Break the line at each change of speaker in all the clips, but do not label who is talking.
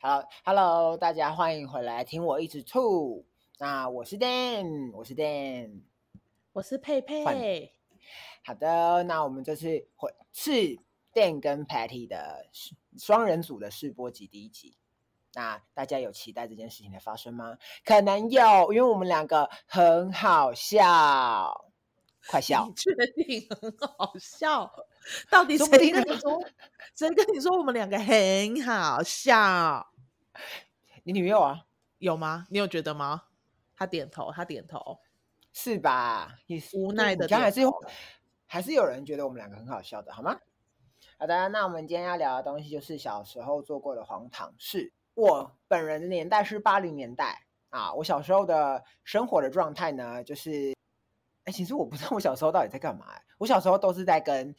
好，Hello，大家欢迎回来听我一直吐。那我是 Dan，我是 Dan。
我是佩
换
佩，
好的，那我们这次会是 Dan 跟 Patty 的试双人组的试播集第一集。那大家有期待这件事情的发生吗？可能有，因为我们两个很好笑，快笑
你！确定很好笑？到底
说
谁
不定
跟
呢
你说？谁跟你说我们两个很好笑？
你女友啊，
有吗？你有觉得吗？他点头，他点头，
是吧？也是
无奈
你
的
刚
点
还是有
头。
还是有人觉得我们两个很好笑的，好吗？好的，那我们今天要聊的东西就是小时候做过的荒唐事。我本人的年代是八零年代啊，我小时候的生活的状态呢，就是，哎，其实我不知道我小时候到底在干嘛、欸我小时候都是在跟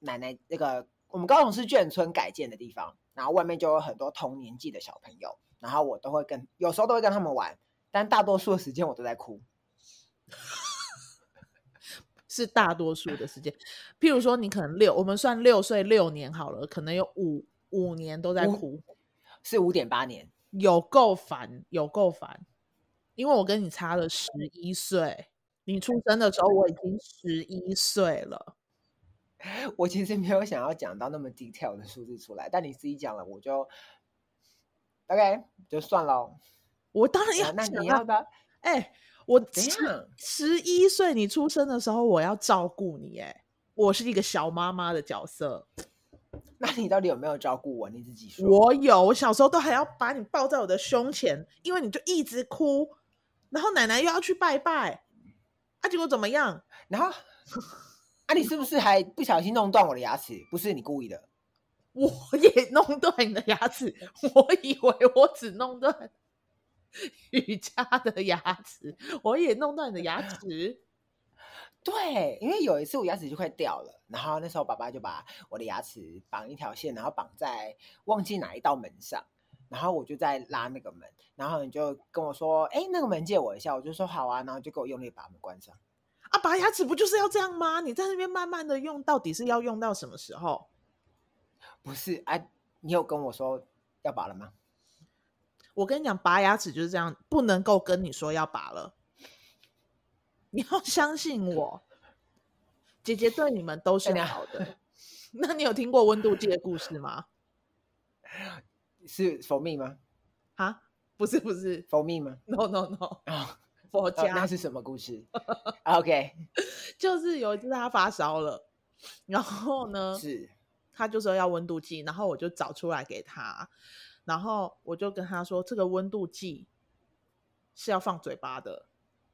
奶奶那个我们高雄市眷村改建的地方，然后外面就有很多同年纪的小朋友，然后我都会跟，有时候都会跟他们玩，但大多数的时间我都在哭。
是大多数的时间，譬如说你可能六，我们算六岁六年好了，可能有五五年都在
五
哭，
是五点八年，
有够烦，有够烦。因为我跟你差了十一岁，你出生的时候我已经十一岁了。
我其实没有想要讲到那么 detail 的数字出来，但你自己讲了，我就 OK 就算 了。
我当然要
那
讲
你
啊
要不要？
哎、我
怎样？
十一岁你出生的时候，我要照顾你、哎，我是一个小妈妈的角色。
那你到底有没有照顾我？你自己说。
我有，我小时候都还要把你抱在我的胸前，因为你就一直哭，然后奶奶又要去拜拜，啊，结果怎么样？
然后 啊，你是不是还不小心弄断我的牙齿？不是你故意的。
我也弄断你的牙齿，我以为我只弄断 瑜伽的牙齿，我也弄断你的牙 齿。
对，因为有一次我牙齿就快掉了，然后那时候爸爸就把我的牙齿绑一条线，然后绑在忘记哪一道门上，然后我就在拉那个门，然后你就跟我说：“哎，那个门借我一下。”我就说：“好啊。”然后就给我用力把门关上。
啊，拔牙齿不就是要这样吗？你在那边慢慢的用，到底是要用到什么时候？
不是，哎、你有跟我说要拔了吗？
我跟你讲，拔牙齿就是这样，不能够跟你说要拔了，你要相信我，姐姐对你们都是
等一下
好的。 那你有听过温度计的故事吗？
是 for me 吗
啊，不是不是
？for me 吗？
，no no no，
啊、
佛
哦，那
家
是什么故事？OK，
就是有一次他发烧了，然后呢，
是
他就说要温度计，然后我就找出来给他，然后我就跟他说这个温度计是要放嘴巴的，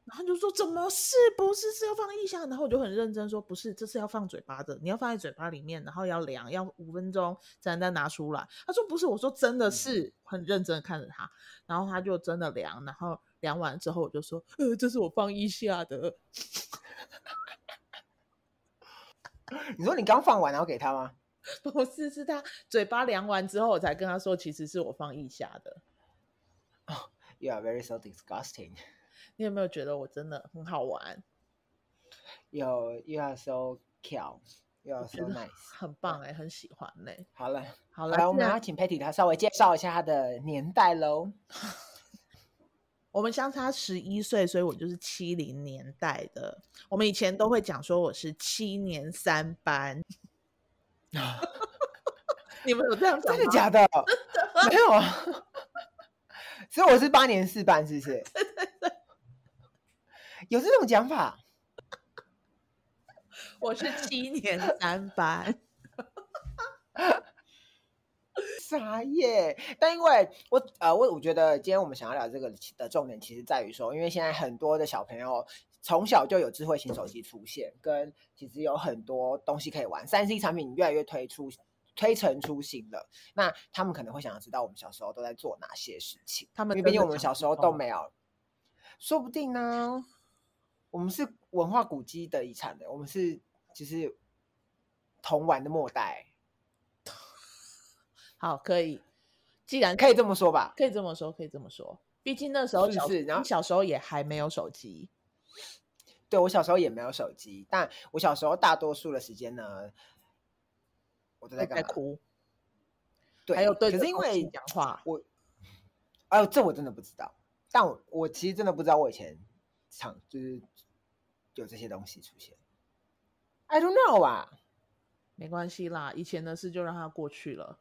然后他就说怎么是不是是要放腋下？然后我就很认真说不是，这是要放嘴巴的，你要放在嘴巴里面，然后要量，要五分钟才能再拿出来。他说不是，我说真的是很认真的看着他，然后他就真的量，然后量完之后我就说呃这是我放腋下的，
你说你刚放完然后给他吗？
不是是他嘴巴量完之后我才跟他说其实是我放腋下的。
You are very so disgusting.
你有没有觉得我真的很好玩？
You you are so cute. You are so nice.
很棒哎、很喜欢嘞、
好了，
好
嗯好
了，
了，我
既
们
然
要请 Patty 他稍微介绍一下他的年代喽。
我们相差十一岁，所以我就是七零年代的。我们以前都会讲说我是七年三班，
啊
你们有这样讲
真的
吗？
假的？没有啊。所以我是八年四班，是不 是？有这种讲法？
我是七年三班，
啥耶！但因为我呃，我我觉得今天我们想要聊这个其的重点，其实在于说，因为现在很多的小朋友从小就有智慧型手机出现，跟其实有很多东西可以玩，三 C 产品越来越推出推陈出新了。那他们可能会想要知道我们小时候都在做哪些事情，
他
因
们
为毕
真
竟
的
我们
想
小
不
时候都
通
没有，说不定呢，我们是文化古迹的遗产的，我们是就是童玩的末代，
好，可以，既然
可以这么说吧？
可以这么说，可以这么说。毕竟那时候
是不
小，
是然后
你小时候也还没有手机，
对我小时候也没有手机，但我小时候大多数的时间呢，我都在
在
干嘛？
哭，
对，
还有对
可
着
是因
空气
为
讲话，
我哎呦，这我真的不知道。但我我其实真的不知道，我以前常就是有这些东西出现。I don't know 啊。
没关系啦，以前的事就让它过去了。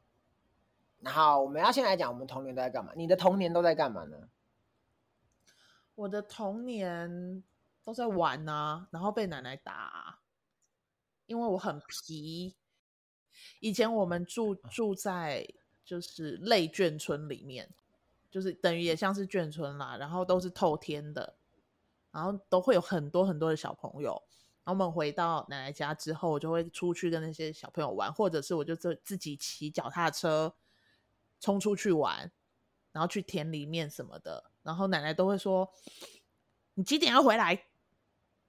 然后我们要先来讲我们童年都在干嘛？你的童年都在干嘛呢？
我的童年都在玩啊，然后被奶奶打啊，因为我很皮。以前我们住住在就是类眷村里面，就是等于也像是眷村啦，然后都是透天的，然后都会有很多很多的小朋友。然后我们回到奶奶家之后，我就会出去跟那些小朋友玩，或者是我就自自己骑脚踏车冲出去玩，然后去田里面什么的。然后奶奶都会说：“你几点要回来？”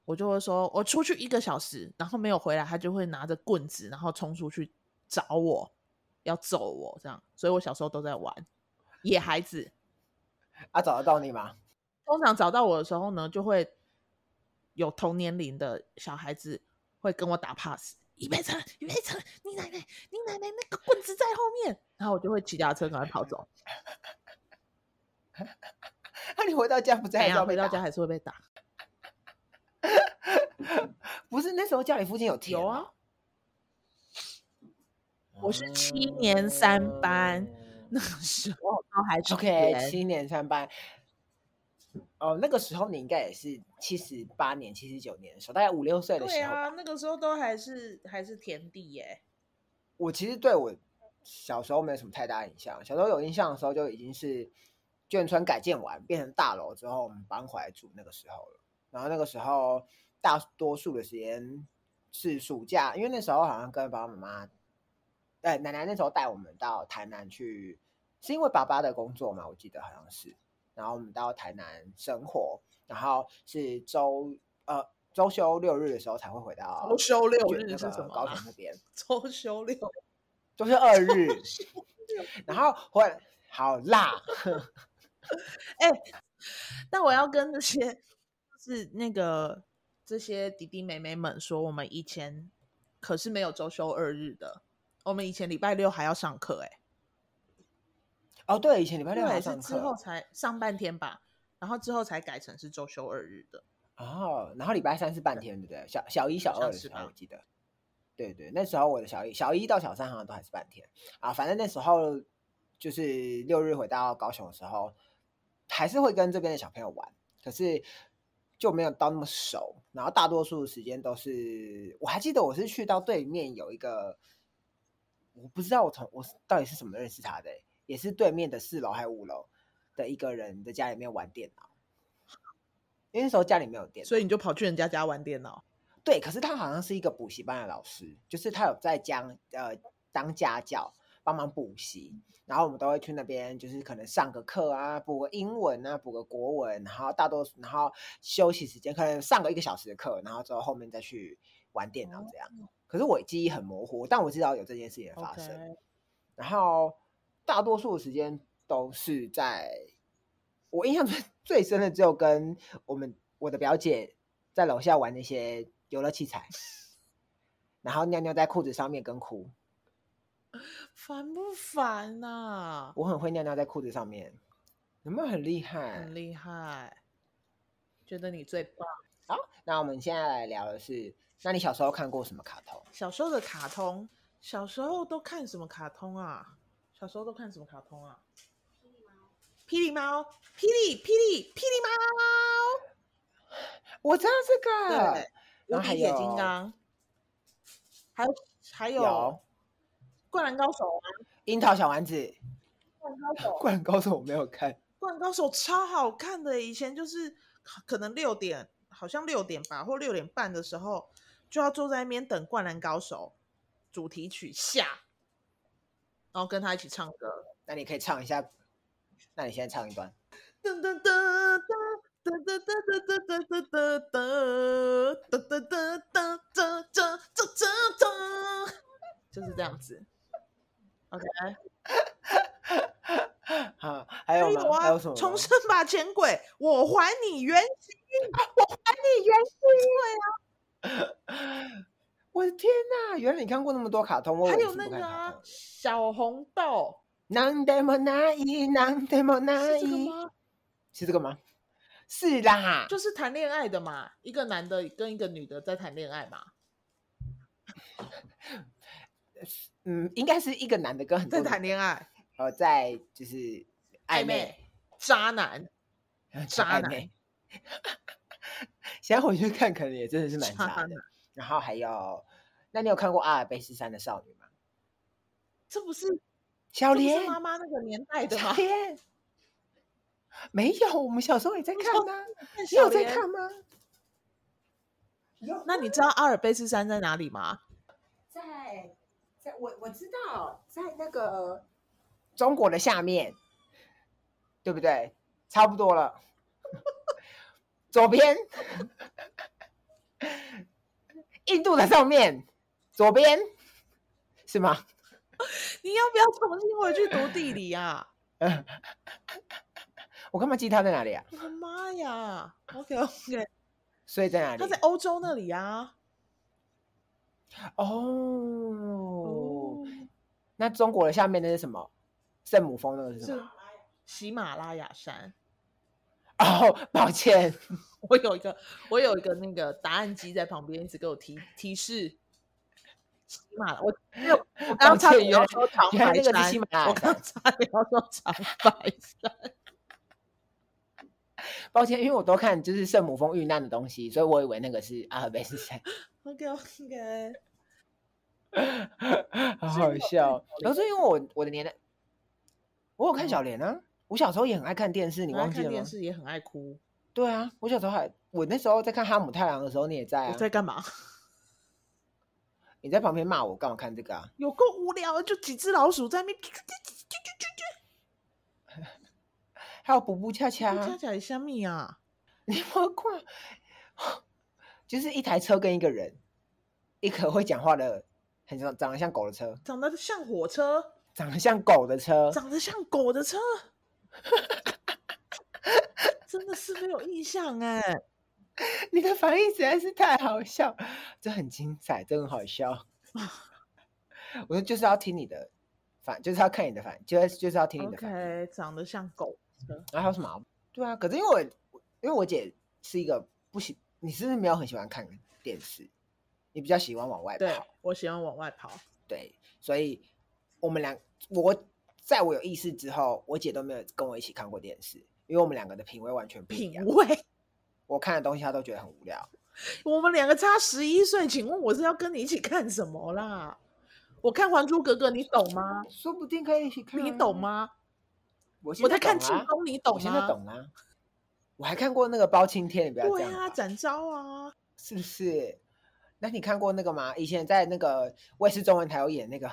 我就会说：“我出去一个小时，然后没有回来。”她就会拿着棍子，然后冲出去找我，要揍我这样。所以我小时候都在玩野孩子。
啊，找得到你吗？
通常找到我的时候呢，就会有同年龄的小孩子会跟我打 pass，一边成，一边成，你奶奶，你奶奶那个棍子在后面，然后我就会骑脚踏车赶快 跑走。
那、啊你回到家不在
怎
还是要
样？
被
回到
打？
家还是会被打？
不是那时候家里附近有田
有
吗
啊，，我是七年三班
嗯
那个时 候都还是
OK，
田
七年三班。哦，那个时候你应该也是七十八年、七十九年的时候，大概五六岁的
对
时候吧。
啊，那个时候都还是还是田地耶。
我其实对我小时候没有什么太大印象，小时候有印象的时候就已经是眷村改建完变成大楼之后，我们搬回来住那个时候了。然后那个时候大多数的时间是暑假，因为那时候好像跟爸爸妈妈，哎奶奶那时候带我们到台南去，是因为爸爸的工作嘛，我记得好像是。然后我们到台南生活，然后是周呃周休六日的时候才会回到
周休六
眷
日
那
是
个
什么
高
啊
雄那边。
周休六
就是二 日，然后回来好辣，
但我要跟这些就是那个这些弟弟妹妹们说，我们以前可是没有周休二日的，我们以前礼拜六还要上课、欸，
哦，对，以前礼拜六还
还
要
是
上
之后
课，
才上半天吧，然后之后才改成是周休二日的。
哦，然后礼拜三是半天，对不对？小小一、小
好像
二的时
是
候，
吧
我记得，对对，那时候我的小一、小一到小三好像都还是半天啊，反正那时候就是六日回到高雄的时候，还是会跟这边的小朋友玩，可是就没有到那么熟，然后大多数的时间都是，我还记得我是去到对面有一个，我不知道我从我是到底是怎么认识他的欸、也是对面的四楼还有五楼的一个人的家里面玩电脑，因为那时候家里没有电脑，
所以你就跑去人家家玩电脑，
对，可是他好像是一个补习班的老师，就是他有在将呃当家教帮忙补习，然后我们都会去那边，就是可能上个课啊，补个英文啊，补个国文，然后大多数然后休息时间可能上个一个小时的课，然后之后后面再去玩电脑这样。可是我记忆很模糊，但我知道有这件事情的发生。
OK
然后大多数的时间都是在我印象最最深的，只有跟我们我的表姐在楼下玩那些游乐器材，然后尿尿在裤子上面跟哭。
烦不烦啊呐、
我很会尿尿在裤子上面，有没有很厉害
很？厉害，觉得你最棒。
好，那我们现在来聊的是，那你小时候看过什么卡通？
小时候的卡通，小时候都看什么卡通啊？小时候都看什么卡通啊？霹雳猫，霹雳霹雳霹雳
我知道这
猫，
个
对，，
啊
无
然后还
敌铁
有
金刚，还有还有
有
灌篮高手啊，
樱桃小丸子、
灌篮高手，
灌篮高手我没有看，
灌篮高手超好看的，以前就是可能六点，好像六点吧，或六点半的时候，就要坐在那边等《灌篮高手》主题曲下，然后跟他一起唱歌，
那你可以唱一下，那你现在唱一段。
噔噔噔噔。噔噔噔噔噔噔噔噔噔噔噔噔噔噔噔噔，就是这样子。OK，
啊，还
还
有
有
吗？还
啊
有什么，吗？
重生吧，钱鬼，我还你原形，
你原是 因为啊！哦我的天哪，原来你看过那么多卡通，我以
还
为
有
你
那
是不
个
看卡
啊
通的，
小红豆，
なんでもない、なんでもな
是这个
い，
吗？
是这个吗？是啦，
就是谈恋爱的嘛，一个男的跟一个女的在谈恋爱嘛，
嗯，应该是一个男的跟很多
在
女
谈恋爱，
呃，在就是暧昧，
渣男， 渣
暧昧
男，
现在回去看，可能也真的是蛮
渣
渣
男
的。然后还有，那你有看过《阿尔卑斯山的少女》吗？
这不是
小
这不是
莲，
妈妈那个年代的
小
吗？
莲，没有，我们小时候也在看啊
小
呢、你
小
有在
莲
看吗？有
那你知道阿尔卑斯山在哪里吗？
在在我我知道，在那个中国的下面，对不对？差不多了，左边，印度的上面，左边是吗？
你要不要重新回去读地理啊？
我干嘛记它在哪里啊？
我的妈呀！OK OK，
所以在哪里
他？在欧洲那里啊。
哦，，那中国的下面那是什么？圣母峰那个是什
是
么？
喜马拉雅山。
哦，抱歉，
我有一个，我有一个那个答案机在旁边，一直给我提提示。喜马拉，我因为我刚
抱
刚差
歉
点
原
要
来
说长
原来
白
那个是喜马
山
拉雅
我刚
山
差点要说长白 山。
抱歉，因为我都看就是圣母峰遇难的东西，所以我以为那个是阿尔卑斯 山，
OK OK，
好
所
好
以你有看
笑哦
小。
然后是因为我我的年代，我有看
嗯
小莲啊，我小时候也很爱看电视，你
我爱
忘记
看
了吗
电？视也很爱哭。
对啊，我小时候还我那时候在看哈姆太郎的时候，你也在
我
啊，
在干嘛？
你在旁边骂我干嘛看这个啊？
有够无聊的，就几只老鼠在那边啾啾啾啾啾啾啾。
还有补补恰恰
加
啊，
起来虾米啊？
你 我挂，就是一台车跟一个人，一个会讲话的，很像长得像狗的车，
长得像火车，
长得像狗的车，
长得像 狗的车，真的是没有印象哎、
你的反应实在是太好笑，这很精彩，这很好 笑。我说就是要听你的反，就是要看你的反，就是就是要听你的反应。
OK，长得像狗的车，
然后还有什么啊？对啊，可是因为我因为我姐是一个不喜，你是不是没有很喜欢看电视？你比较喜欢往外
对
跑，
我喜欢往外跑。
对，啊所以我们俩，我在我有意识之后，我姐都没有跟我一起看过电视，因为我们两个的品味完全不一
品
样。
味，
我看的东西她都觉得很无聊。
我们两个差十一岁，请问我是要跟你一起看什么啦？我看《还珠格格》，你懂吗？
说不定可以一起看、啊
你懂？吗？
嗯我现
我在看
懂
庆
啊
功，你懂
我现在
吗？
懂啦、我还看过那个包青天，你不要这
对
样好
啊，
不好
展昭啊，
是不是？那你看过那个吗？以前在那个卫视中文台有演那个《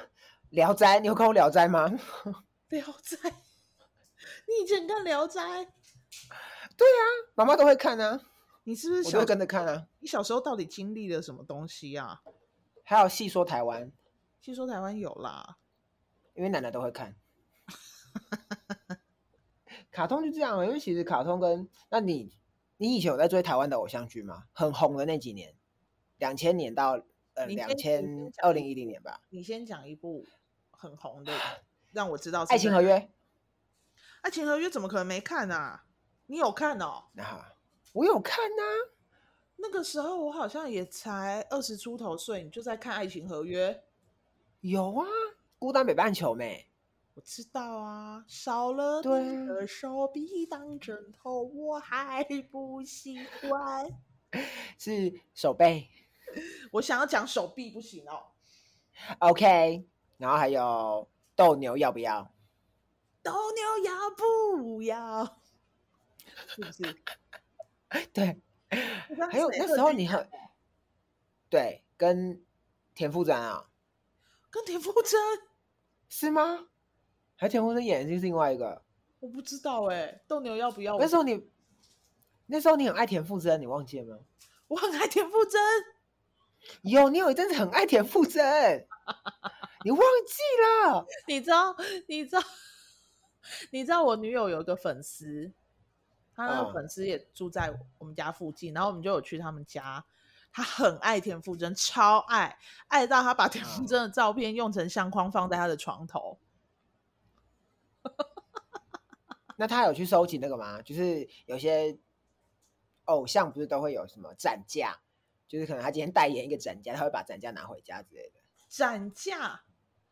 聊斋》，你有看过《聊斋》吗？
《聊斋》， 你以前看《聊斋》，
妈妈都会看啊，
你是不是
我都
小
会跟着看啊。
你小时候到底经历了什么东西啊？
还有《戏说台湾》，
听说台湾有啦，
因为奶奶都会看。卡通就这样，啊因为其实卡通跟那你你以前有在追台湾的偶像剧吗？很红的那几年，两千年到呃
你
两
先
千
你先
二
讲
零一零年吧，
你先讲一部很红的，让我知道
《
是
爱情
哪
合
一
约》
《爱情合约》怎么可能没看啊？你有看哦？
啊，我有看啊呐、
那个时候我好像也才二十出头岁，你就在看《爱情合约》，
有啊，《孤单北半球》没？
我知道啊，少了
对
你的手臂当枕头，我还不习惯。
是手背
我想要讲手臂不行哦，
，OK，然后还有斗牛要不要？
斗牛要不要？是不是？
对，
我刚
还有
才
那
恶
时候
剧
你
感
很对，跟田馥甄啊，
跟田馥甄，
是吗？还田馥甄演的是另外一个。
我不知道哎、斗牛要不要我？
那时候你那时候你很爱田馥甄，你忘记了吗？
我很爱田馥甄，
有，你有一阵子很爱田馥甄， 你忘记了？
你知道，你知道，你知道我女友有一个粉丝，她那
嗯
个粉丝也住在我们家附近，然后我们就有去他们家。她很爱田馥甄，超爱，爱到她把田馥
嗯
甄的照片用成相框放在她的床头。
那他有去收集那个吗？就是有些偶像不是都会有什么展架，就是可能他今天代言一个展架，他会把展架拿回家之类的。
展架，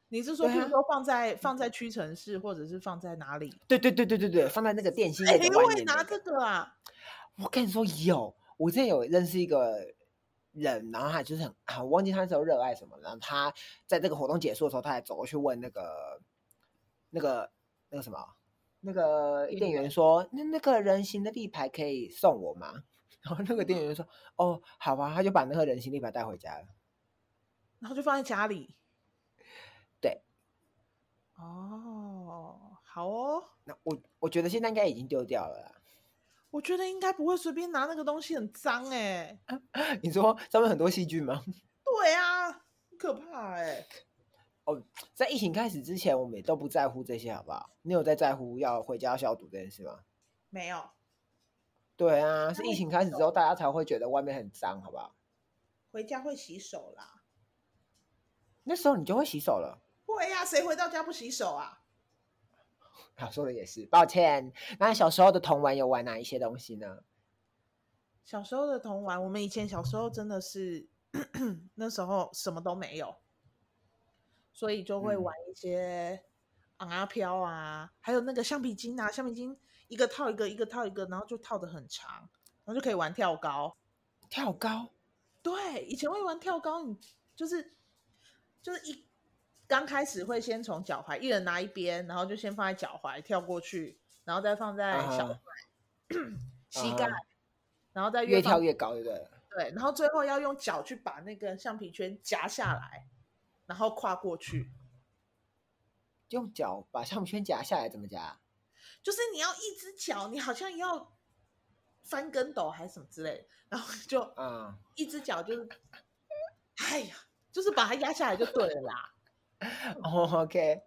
你是说，
对
比如
啊
说放在、放在屈臣氏，或者是放在哪里？
对对对对对对，放在那个电信业
谁
的外
会
面、
拿这个啊？
我跟你说有，我之前有认识一个人，然后他就是很啊，我忘记他那时候热爱什么，然后他在这个活动结束的时候，他还走过去问那个那个那个什么那个
店
店员说，那那个人形的立牌可以送我吗？ 然后那个店员说，哦，好啊，他就把那个人形立牌带回家了。
然后就放在家里。
对。
哦，好哦，
那我我觉得现在应该已经丢掉了啦。
我觉得应该不会随便拿那个东西，很脏哎、
你说上面很多细菌吗？
对啊，很可怕哎、
在疫情开始之前，我们也都不在乎这些，好不好？你有在在乎要回家要消毒这件事吗？
没有，
对啊，是
那
疫
会
情开始之后，大家才会觉得外面很脏，好不好？
回家会洗手啦。
那时候你就会洗手了。
会呀、啊，谁回到家不洗手啊？
啊，说的也是，抱歉。那小时候的童玩有玩哪一些东西呢？
小时候的童玩，我们以前小时候真的是 那时候什么都没有，所以就会
嗯
玩一些昂啊飘啊，还有那个橡皮筋啊，橡皮筋一个套一个，一个套一个，然后就套的很长，然后就可以玩跳高。
跳高，
对，以前会玩跳高，你就是就是一刚开始会先从脚踝，一人拿一边，然后就先放在脚踝跳过去，然后再放在
啊
小
哈
腿 膝
啊
盖
哈
然后再
越
放
跳越高，对不对？
对，然后最后要用脚去把那个橡皮圈夹下来，然后跨过去。
用脚把橡皮圈夹下来，怎么夹？
就是你要一只脚，你好像要翻跟斗还是什么之类的，然后就
啊、
一只脚就是，哎呀，就是把它压下来就对了啦。
o k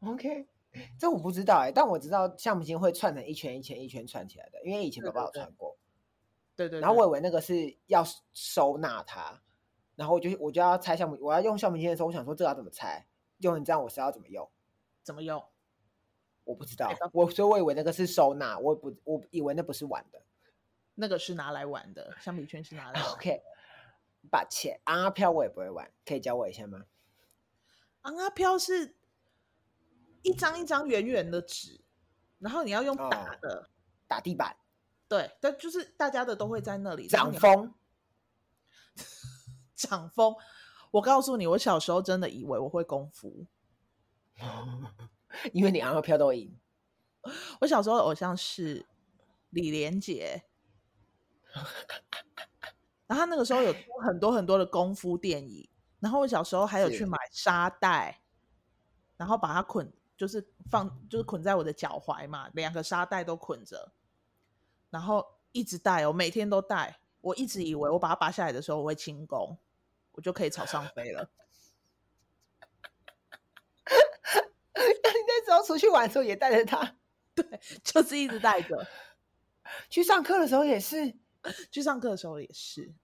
OK，这我不知道哎、但我知道橡皮筋会串成一圈一圈一圈串起来的，因为以前
对
爸爸有
对对
串过。
对对对，
然后我以为那个是要收纳它，然后我就我就要拆橡皮，我要用橡皮筋的时候，我想说这个要怎么拆？用你这样我是要怎么用？
怎么用？
我不知道
太高，
我所以我以为那个是收纳，我不我以为那不是玩的。
那个是拿来玩的，橡皮圈是拿来 玩的。
OK，把钱阿飘我也不会玩，可以教我一下吗？
昂啊飘是一张一张圆圆的纸，然后你要用打
哦
的，
打地板，
对，但就是大家的都会在那里然后
掌
你要
风，
掌风。我告诉你，我小时候真的以为我会功夫。
因为你阿飘都赢。
我小时候的偶像是李连杰，然后他那个时候有出很多很多的功夫电影，然后我小时候还有
是
去买沙袋，然后把它捆，就是放，就是捆在我的脚踝嘛，两个沙袋都捆着，然后一直戴哦，我每天都戴。我一直以为我把它拔下来的时候我会轻功，我就可以朝上飞了。
那你那时候出去玩的时候也带着它，
就是一直戴着。
去上课的时候也是。
去上课的时候也是，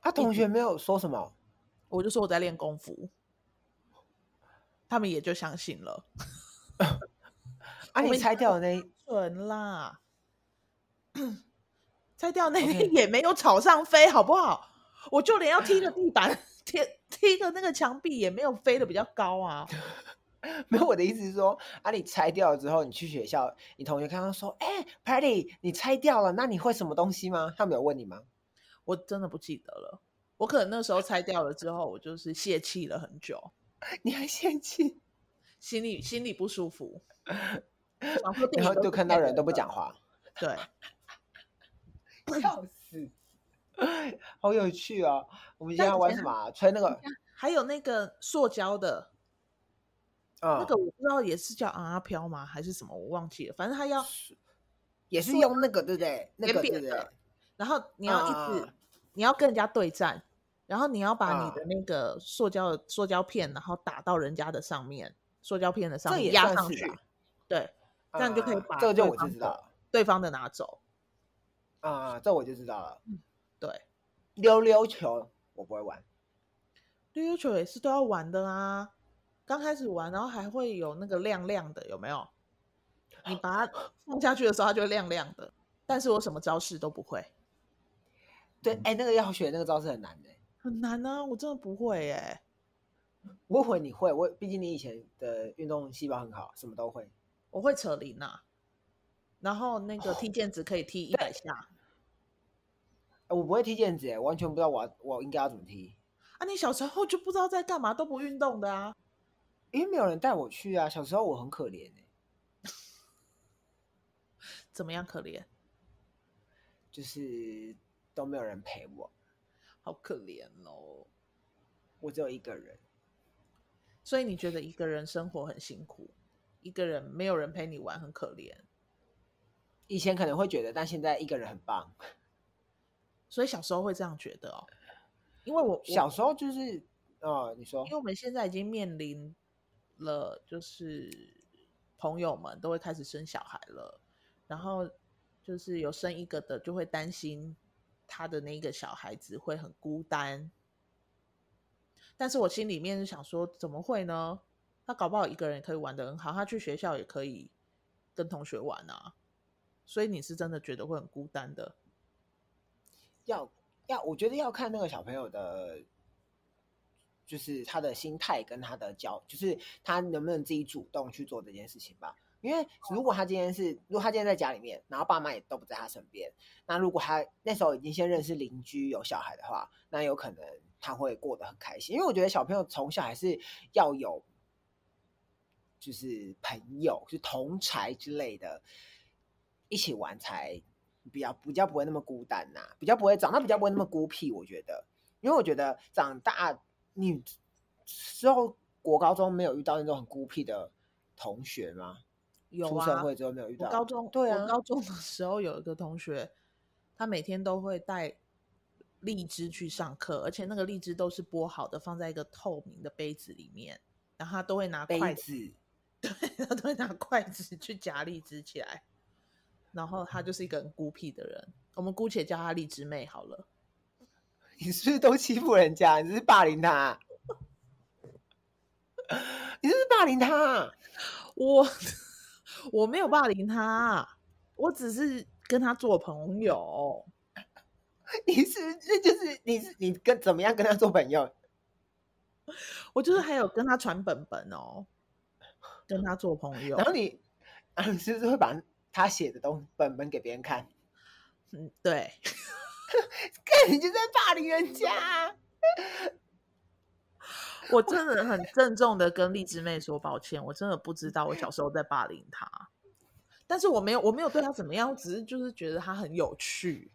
啊，同学没有说什么，
我就说我在练功夫，他们也就相信了。
啊，
我
你
们
拆掉的那一
准啦， 拆掉那个
OK
也没有朝上飞，好不好？我就连要踢个地板， 踢踢个那个墙壁也没有飞的比较高啊。
没有，我的意思是说，啊，你拆掉了之后，你去学校，你同学刚刚说，哎、p a t t y 你拆掉了，那你会什么东西吗？他们有问你吗？
我真的不记得了，我可能那时候拆掉了之后，我就是泄气了很久，
你还嫌弃，
心里心里不舒服。想说电
然
影
后
都
就是看
骗
到人都不
的
讲话，
对，
笑死， 好有趣哦。我们现
但
在
以
玩
前
什么啊、吹那个，
还有那个塑胶的，
嗯，
那个我不知道也是叫昂阿飘吗，还是什么，我忘记了。反正他要，
也是用那个，对不对？那
扁
个对
扁
不对
的？然后你要一直，
啊
你要跟人家对战，然后你要把你
啊
的那个塑胶塑胶片，然后打到人家的上面，塑胶片的上
这
面
也
压
算
上
是
去
吧，
对，这样你就可以
啊
把
这个就
对
我就
方
知
的
道了
对方的拿走。
啊，这我就知道了。
对，
溜溜球我不会玩，
溜溜球也是都要玩的啊，刚开始玩，然后还会有那个亮亮的，有没有？你把 它放下去的时候，它就会亮亮的。但是我什么招式都不会，
对，
嗯
哎、那个要学那个招式很难的、
很难啊，我真的不会哎、
我以为你会，我毕竟你以前的运动细胞很好，什么都会。
我会扯铃啊，然后那个踢毽子可以踢一百下
呃我不会踢毽子、欸，完全不知道我要我应该要怎么踢，
啊。你小时候就不知道在干嘛，都不运动的啊。
因为没有人带我去啊。小时候我很可怜、欸、
怎么样可怜？
就是都没有人陪我，
好可怜哦。
我只有一个人。
所以你觉得一个人生活很辛苦，一个人没有人陪你玩很可怜。
以前可能会觉得，但现在一个人很棒。
所以小时候会这样觉得哦，因为我我
小时候就是，哦，你说
因为我们现在已经面临了，就是朋友们都会开始生小孩了，然后就是有生一个的就会担心他的那个小孩子会很孤单，但是我心里面是想说，怎么会呢？他搞不好一个人也可以玩的很好，他去学校也可以跟同学玩啊，所以你是真的觉得会很孤单的。
要要，我觉得要看那个小朋友的，就是他的心态跟他的教，就是他能不能自己主动去做这件事情吧。因为
哦
如果他今天是，如果他今天在家里面，然后爸妈也都不在他身边，那如果他那时候已经先认识邻居有小孩的话，那有可能他会过得很开心。因为我觉得小朋友从小还是要有，就是朋友，就是同才之类的，一起玩才比较比较不会那么孤单呐、比较不会长大比较不会那么孤僻。我觉得，因为我觉得长大你之后国高中没有遇到那种很孤僻的同学吗？
有
出
啊，
社会之后没有遇
我
到。
高中
对
我
啊，
高中的时候有一个同学，他每天都会带荔枝去上课，而且那个荔枝都是剥好的，放在一个透明的杯子里面，然后他都会拿筷
杯
子，
子，
他都会拿筷子去夹荔枝起来。然后他就是一个很孤僻的人，我们姑且叫他荔枝妹好了。
你是不是都欺负人家？你是不是霸凌他啊？ 你是不是霸凌他啊？
我 我没有霸凌他，啊我只是跟他做朋友。
你是不是就是你是你跟怎么样跟他做朋友？
我就是还有跟他传本本哦，跟他做朋友
然。后你，啊，你是不是会把他写的东本本给别人看？
嗯，对，
看你就在霸凌人家啊、
我真的很郑重的跟荔枝妹说抱歉，我真的不知道我小时候在霸凌她，但是我没有我没有对她怎么样，我只是就是觉得她很有趣，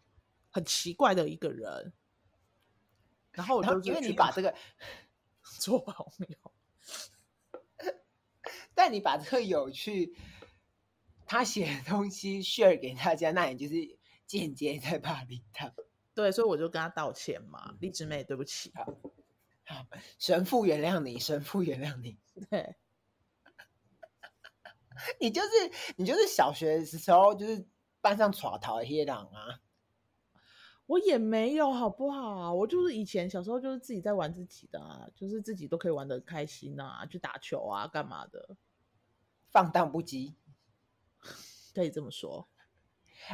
很奇怪的一个人。然 后我
然
就
后
是
因为
去
你
跟
把
她
这个，
做朋 友，
但你把这个有趣，他写的东西 share 给大家，那你就是间接在霸凌他。
对，所以我就跟她道歉嘛，荔枝妹，对不起，
神父原谅你，神父原谅你。
对，
你就是你就是小学的时候就是班上耍逃的黑狼啊，
我也没有好不好？我就是以前小时候就是自己在玩自己的啊，就是自己都可以玩的开心啊，去打球啊，干嘛的，
放荡不羁。
可以这么说。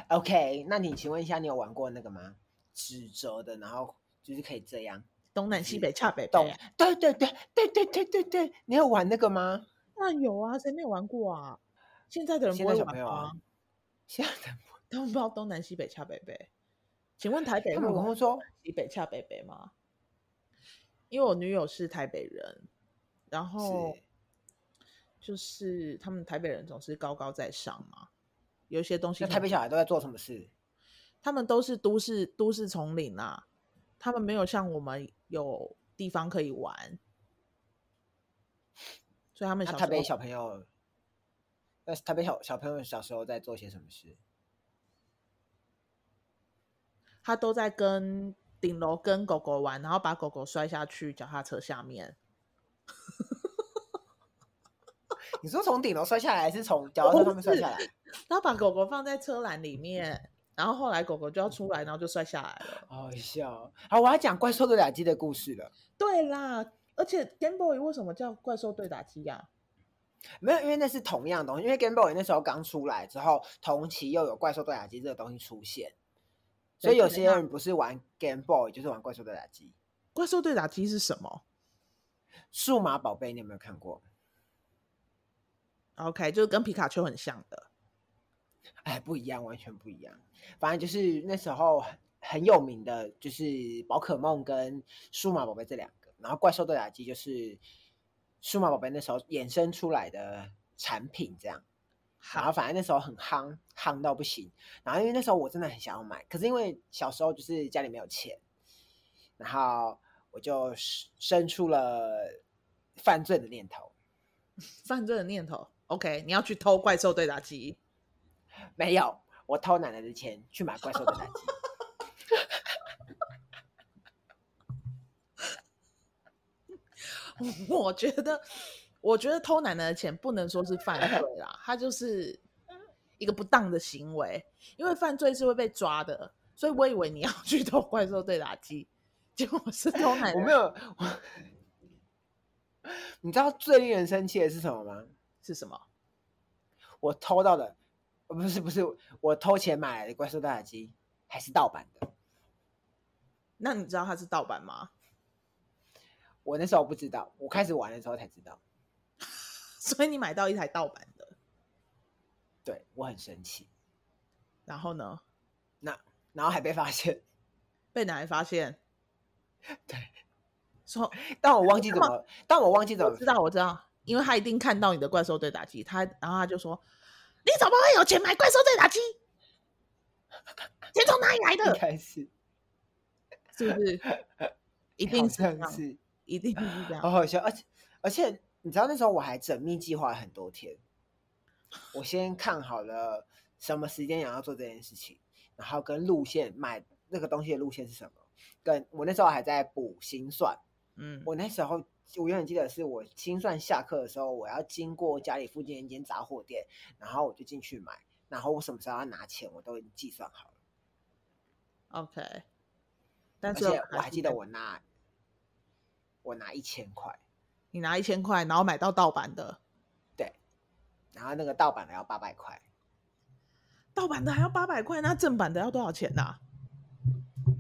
OK，那你请问一下，你有玩过那个吗？指折的，然后就是可以这样
东南西
是
北恰北啊
动
北，。
对对对对对对对对，你有玩那个吗？
那有啊，谁没有玩过啊？现在的人
现
不
在
会
小
玩
朋友啊
吗？，
现在的
他们不知道东南西北恰北北。请问台北
他
会
们跟
玩
我说，
西北恰北北吗？因为我女友是台北人，然后
是
就是他们台北人总是高高在上嘛，有一些东西
那
他
台北
们
小孩都在做什么事？
他们都是都市都市丛林啊，他们没有像我们有地方可以玩，所以他们
那
小
啊台
时候
北小朋友，那台北小小朋友小时候在做些什么事？
他都在跟顶楼跟狗狗玩，然后把狗狗摔下去脚踏车下面。
你说从顶楼摔下来，还是从脚踏车上面摔下来？
他把狗狗放在车篮里面，然后后来狗狗就要出来，然后就摔下来了。
好好笑哦！好，我要讲怪兽对打机的故事了。
对啦，而且 Game Boy 为什么叫怪兽对打机呀、
没有，因为那是同样的东西。因为 Game Boy 那时候刚出来之后，同期又有怪兽对打机这个东西出现，所以有些人不是玩 Game Boy 就是玩怪兽对打机。
怪兽对打机是什么
数码宝贝你有没有看过？
？OK，就是跟皮卡丘很像的。
哎，不一样，完全不一样。反正就是那时候很很有名的，就是宝可梦跟数码宝贝这两个，然后怪兽对打机就是数码宝贝那时候衍生出来的产品，这样。然后
好，
反正那时候很夯，夯到不行。然后因为那时候我真的很想要买，可是因为小时候就是家里没有钱，然后我就生生出了犯罪的念头。
犯罪的念头。OK，你要去偷怪兽对打机。
没有，我偷奶奶的钱去买怪兽的奶机。
我觉得，我觉得偷奶奶的钱不能说是犯罪啦，它就是一个不当的行为，因为犯罪是会被抓的，所以我以为你要 去偷怪兽对打机，结果是偷奶奶。
我没有，我 你知道最令人生气的是什么吗？
是什么？
我偷到的，呃不是不是，我偷钱买来的怪兽大打机还是盗版的。
那你知道它是盗版吗？
我那时候不知道，我开始玩的时候才知道。
所以你买到一台盗版的，
对我很生气，
然后呢
然后还被发现，
被奶奶发现，
对，
说
但我忘记怎 么，但我忘记怎
我
么
知道，我知道，因为他一定看到你的怪兽对打机，他然后他就说：“你怎么会有钱买怪兽对打机？钱从哪里来
应
的？
该是，
是不是？一定
好
是这
像
样，
是，哦
一定是这
好
样。
好笑。而且而且，你知道那时候我还缜密计划了很多天，我先看好了什么时间点要做这件事情，然后跟路线买那个东西的路线是什么，跟我那时候还在补心算。
嗯，
我那时候我永远记得是我心算下课的时候，我要经过家里附近的一间杂货店，然后我就进去买，然后我什么时候要拿钱，我都已经计算好了。
OK。但
而
是
且我还
是
记得
被
我拿我拿一千块，
你拿一千块，然后买到盗版的，
然后那个盗版的要八百块。
盗版的还要八百块，那正版的要多少钱呐、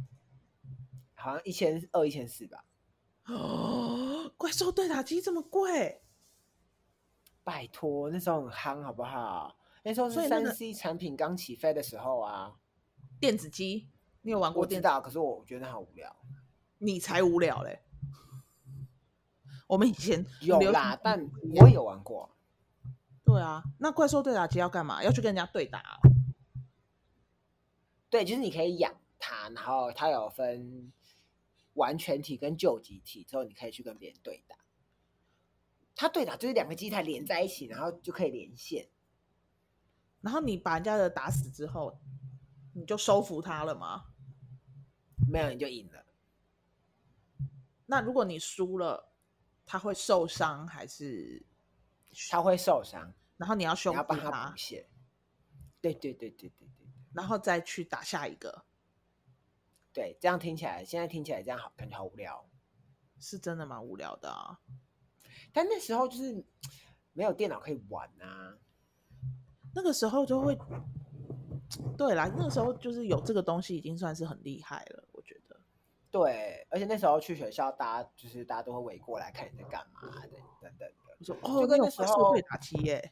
好像一千二、一千四吧。
哦，怪兽对打机这么贵，
拜托，那时候很夯，好不好？那时候
所以
是
那
三
个
C 产品刚起飞的时候啊。
电子机你有玩过
我知
电子？
道，可是我觉得很无聊。
你才无聊嘞！ 我们以前
有
流行嗯
啦，但我也有玩过。
对啊，那怪兽对打机要干嘛？要去跟人家对打哦、
对，就是你可以养它，然后它有分完全体跟旧集体，之后你可以去跟别人对打。它对打就是两个机台连在一起，然后就可以连线。
然后你把人家的打死之后，你就收服他了吗？
没有你就赢了。
那如果你输了，他会受伤还是？
它会受伤，
然后你要
你
修
要
复
帮它
他
补，血。对对对对对对
然后再去打下一个，
对，这样听起来，现在听起来这样好，感觉好无聊哦、
是真的蛮无聊的啊。
但那时候就是没有电脑可以玩啊，
那个时候就会，对啦，那个时候就是有这个东西已经算是很厉害了，我觉得。
对，而且那时候去学校，大家就是大家都会围过来看你在干嘛的，等等的。
我说哦，
跟
你有
那时
怪兽
候
对打机耶、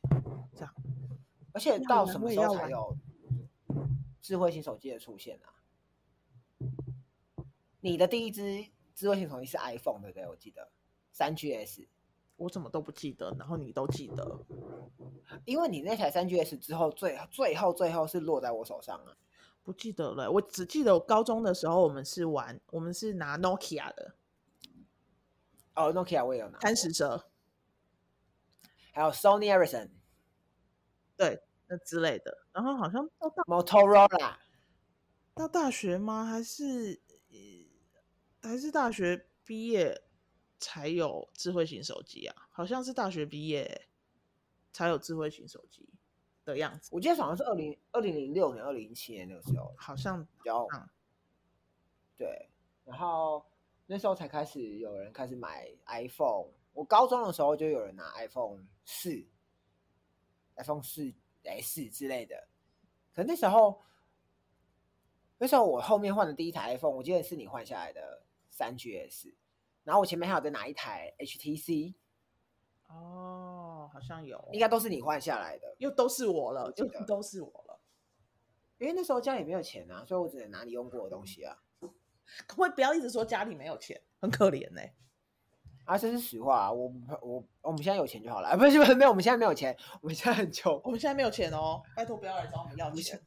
而且
要
到
玩
什
我
么
也
时候
要
才
玩
有智慧型手机的出现啊？你的第一只智慧型手机是 iPhone 对不对？我记得三 GS，
我怎么都不记得，然后你都记得。
因为你那台三 GS 之后最最后最后是落在我手上啊。
不记得了，我只记得我高中的时候，我们是玩，我们是拿 Nokia 的
哦，Nokia 我也有拿过，
贪食蛇
还有 Sony Ericsson、
那之类的，然后好像到大
Motorola，
到大学吗？还是呃还是大学毕业才有智慧型手机啊？好像是大学毕业才有智慧型手机的样子，
我记得好像是二零二零零六年、二零零七年那个时候
好像
比较
像
对，然后那时候才开始有人开始买 iPhone。我高中的时候就有人拿 iPhone 四， iPhone 四 S 之类的。可那时候，那时候我后面换的第一台 iPhone，我记得是你换下来的三 GS，然后我前面还有再拿一台 HTC，
哦，好像有，
应该都是你换下来的。
又都是我了
我，记
又
得
都是我了。
因为那时候家里没有钱啊，所以我只能拿你用过的东西啊。
可不可以不要一直说家里没有钱，很可怜呢、
啊，这是实话、啊，我我我们现在有钱就好了，啊、不是不是没有，我们现在没有钱，我们现在很穷，
我们现在没有钱哦，拜托不要来找我们要
不
钱。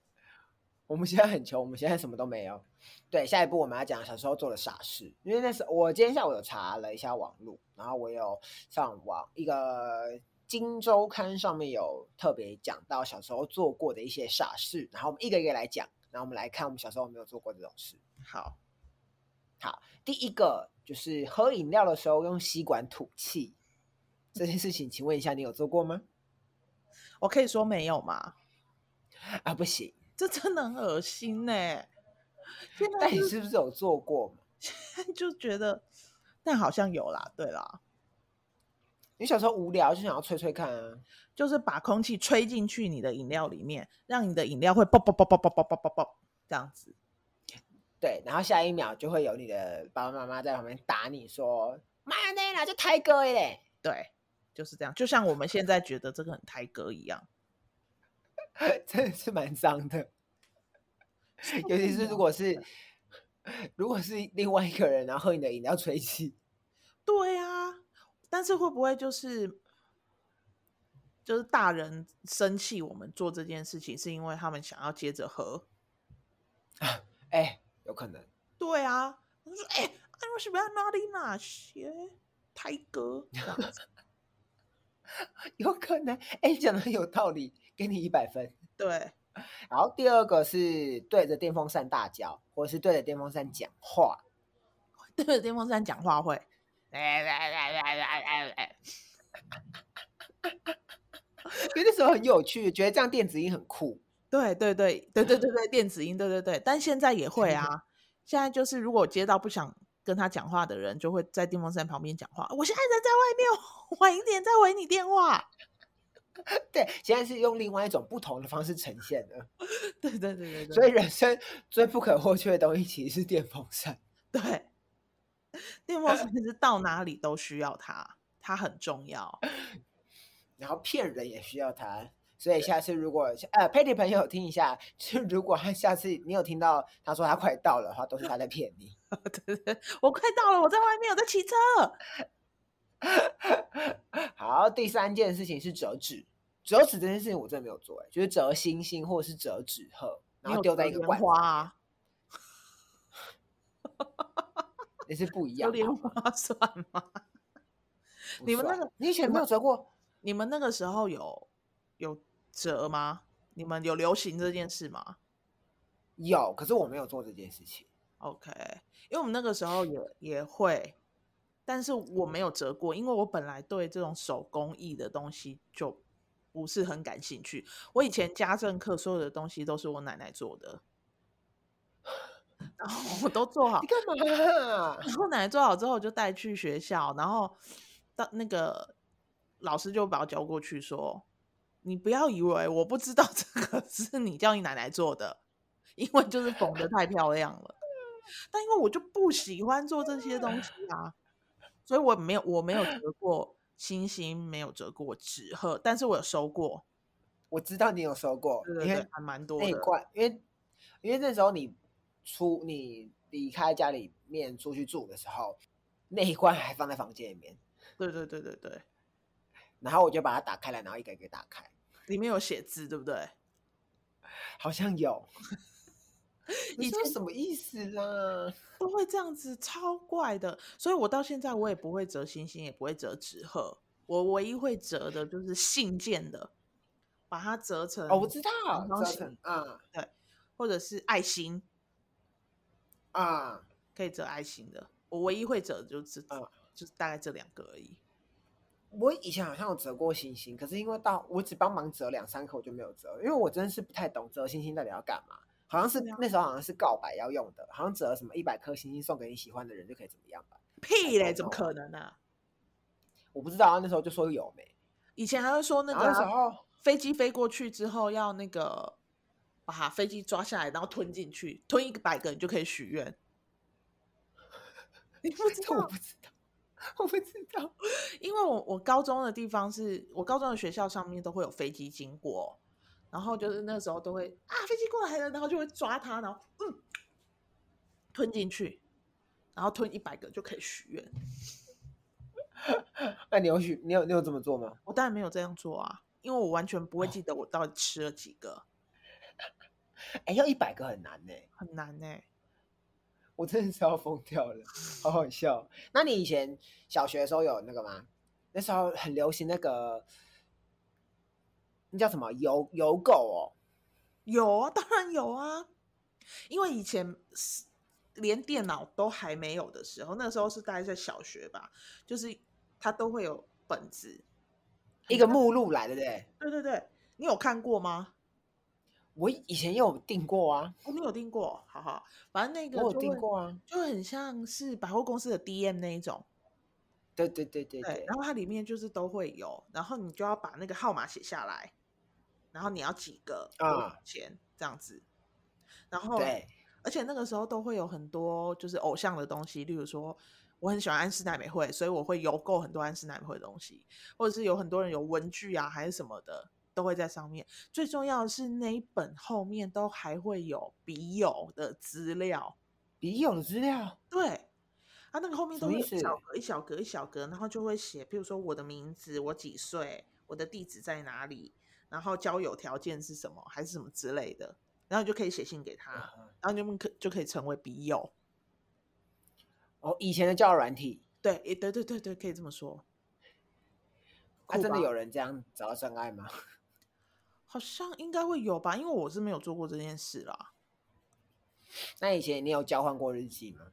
我们现在很穷，我们现在什么都没有。对，下一步我们要讲小时候做的傻事，因为那时候我今天下午有查了一下网络，然后我有上网一个《金周刊》上面有特别讲到小时候做过的一些傻事，然后我们一个一个来讲，然后我们来看我们小时候有没有做过这种事。
好，
第一个就是喝饮料的时候用吸管吐气，这件事情，请问一下你有做过吗？
我可以说没有吗？
啊，不行，
这真的很恶心呢、现在
但你
就是
不是有做过嘛？
就觉得，但好像有啦，对啦，
你小时候无聊就想要吹吹看啊，
就是把空气吹进去你的饮料里面，让你的饮料会爆爆爆爆爆爆爆爆爆这样子。
对，然后下一秒就会有你的爸爸妈妈在旁边打你说：“妈呀，那啦就抬哥嘞
对，就是这样。就像我们现在觉得这个很台格一样，！”
真的是蛮脏的，尤其是如果是 如果是另外一个人，然后喝你的饮料吹气，
对啊，但是会不会就是就是大人生气我们做这件事情，是因为他们想要接着喝？
哎，有可能。
对啊，我就说哎，啊为什么要哪里哪些台格这样子？
有可能，哎、你讲的很有道理，给你一百分。
对，
然后第二个是对着电风扇大叫，或是对着电风扇讲话。
对着电风扇讲话会，哎哎哎哎哎哎哎，
因为那时候很有趣，觉得这样电子音很酷。
对对对对对对对，电子音，对对对，但现在也会啊。现在就是如果我接到不想跟他讲话的人，就会在电风扇旁边讲话。我现在人在外面，晚一点再回你电话。
对，现在是用另外一种不同的方式呈现的。
对对对对对，
所以人生最不可或缺的东西其实是电风扇。
对，电风扇是到哪里都需要它，它很重要。
然后骗人也需要它。所以下次如果呃佩蒂朋友听一下，就是如果他下次你有听到他说他快到了的话，都是他在骗你。
对对，我快到了，我在外面，我在骑车。
好，第三件事情是折纸，折纸这件事情我真的没有做、欸，就是折星星或者是折纸鹤，然
你
后
有
丢在
折
一个
莲
罐子
花
里面
啊，
那是不一
有
样
莲
吧。
花 算吗？
不
你们那
算
个
你以前没有折过？
你们那个时候有有折吗？你们有流行这件事吗
有，可是我没有做这件事情。
？OK，因为我们那个时候也也会，但是我没有折过，因为我本来对这种手工艺的东西就不是很感兴趣。我以前家政课所有的东西都是我奶奶做的， 然后我都做好
你，干嘛、
然后奶奶做好之后，我就带去学校，然后到那个老师就把我叫过去说：“你不要以为我不知道这个是你叫你奶奶做的，因为就是缝的太漂亮 了。但因为我就不喜欢做这些东西啊，所以我没有我没 有折过星星，没有折过纸鹤，但是我有收过，
我知道你有收过，
对对
因
对
为，
还蛮多
那一
的。
罐，因为因为那时候你出你离开家里面出去住的时候，那一罐还放在房间里面，
对对对对对，
然后我就把它打开来，然后一个一个打开，
里面有写字，对不对？
好像 有。你
以
说
前
什么意思啦？
都会这样子，超怪的。所以我到现在我也不会折星星，也不会折纸鹤，我唯一会折的就是信件的，把它折成
哦，我知道，
方
折
形
成啊
或者是爱心，
啊，
可以折爱心的。我唯一会折的就是、
嗯
就是大概这两个而已。
我以前好像有折过星星，可是因为到我只帮忙折两三颗，我就没有折，因为我真的是不太懂折星星到底要干嘛。好像是
对啊
那时候好像是告白要用的，好像折什么一百颗星星送给你喜欢的人就可以怎么样吧？
屁
太
嘞，
糟
怎么
糕
可能呢、啊？
我不知道啊，那时候就说有没，
以前还会说那
然
个
后那时
啊、
候
飞机飞过去之后要那个把飞机抓下来，然后吞进去，吞一百个你就可以许愿。 你不知
这我
道
不，知道，我不知道。
因为我我高中的地方是我高中的学校上面都会有飞机经过，然后就是那时候都会啊飞机过来了，然后就会抓它，然后嗯吞进去，然后吞一百个就可以许愿。
那你有许你有你有这么做吗？
我当然没有这样做啊，因为我完全不会记得我到底吃了几个，
哎，要一百个很难呢、
很难呢、
我真的是要疯掉了，好好笑。哦那你以前小学的时候有那个吗？那时候很流行那个，那叫什么邮邮购哦，
有啊，当然有啊，因为以前是连电脑都还没有的时候，那时候是大概在小学吧，就是它都会有本子，
一个目录来的，对不对？
对对对，你有看过吗？
我以前也有订过啊，
哦，你有订过，好好，反正那个
我有
就
订
会，
过啊，
就很像是百货公司的 DM 那一种，
对对对对
对
对，，
然后它里面就是都会有，然后你就要把那个号码写下来，然后你要几个多少
啊
钱这样子，然后
对，
而且那个时候都会有很多就是偶像的东西，例如说我很喜欢安室奈美惠，所以我会邮购很多安室奈美惠的东西，或者是有很多人有文具啊还是什么的都会在上面。最重要的是那一本后面都还会有笔友的资料，
笔友的资料，
对。它那个后面
什
都
么
会
意
有一小
思
格一小格一小格，然后就会写，譬如说我的名字，我几岁，我的地址在哪里，然后交友条件是什么，还是什么之类的，然后你就可以写信给他，
啊
然后你们可就可以成为笔友。
哦，以前的交友软体，
对，诶对对对对，可以这么说。
啊，真
酷
的
吧
有人这样找到真爱吗？
好像应该会有吧，因为我是没有做过这件事啦。
那以前你有交换过日记吗？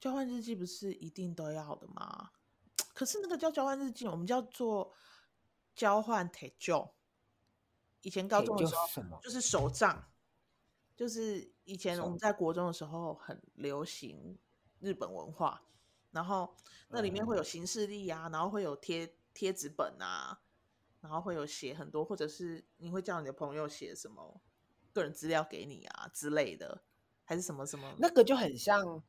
交换日记不是一定都要的吗？可是那个叫交换日记，我们叫做交换铁旧。以前高
铁
中的
就
时候
是什么
就是手账，就是以前我
手
们在国中的时候很流行日本文化，然后那里面会有行事历啊，然后会有贴贴纸本啊，然后会有写很多，或者是你会叫你的朋友写什么个人资料给你啊之类的，还是什么什么
那个就很像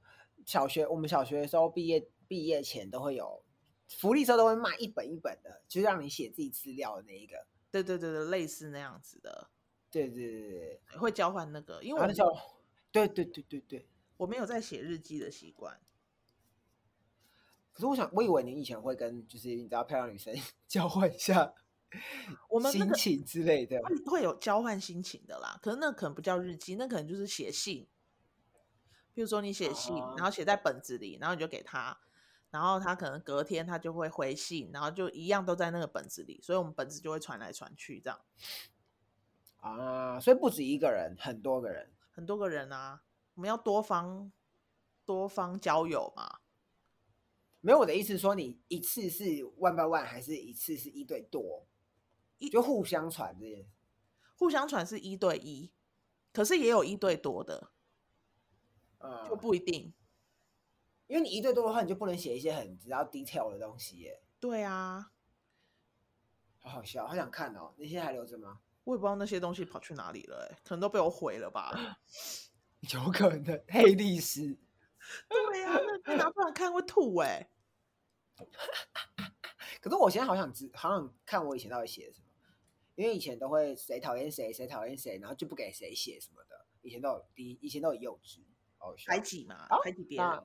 小学，我们小学的时候毕业毕业前都会有福利社都会卖一本一本的，就让你写自己资料的那一个。
对对对对，类似那样子的，
对对对对对，
会交换啊那个，因
然后
为我
那
没
时
有
候，对对对对对。
我没有在写日记的习惯，
可是我想，我以为你以前会跟就是你知道漂亮女生 交换一下
我们那
心
个
情之类 的。
会会有交换心情的啦，可是那可能不叫日记，那可能就是写信，比如说你写信，然后写在本子里，然后你就给他。然后他可能隔天他就会回信，然后就一样都在那个本子里，所以我们本子就会传来传去，这样
啊，所以不止一个人，很多个人。
很多个人啊，我们要多方多方交友嘛，
没有我的意思是说，你一次是 one by one，还是一次是一对多
一，
就互相传这件事
互相传是一对一，可是也有一对多的，
啊
就不一定。
因为你一对多的话，你就不能写一些很比较 detail 的东西耶，
对啊，
好好笑，好想看哦。那些还留着吗？
我也不知道那些东西跑去哪里了、欸，可能都被我毁了吧。
有可能黑历史，
对啊，那 那拿出来看会吐哎、
可是我现在好想知，好想看我以前到底写了什么，因为以前都会谁讨厌谁，谁讨厌谁，然后就不给谁写什么的，以前都有第一，以前都有幼稚，好好笑
排。挤嘛，
好
排挤别
那
人。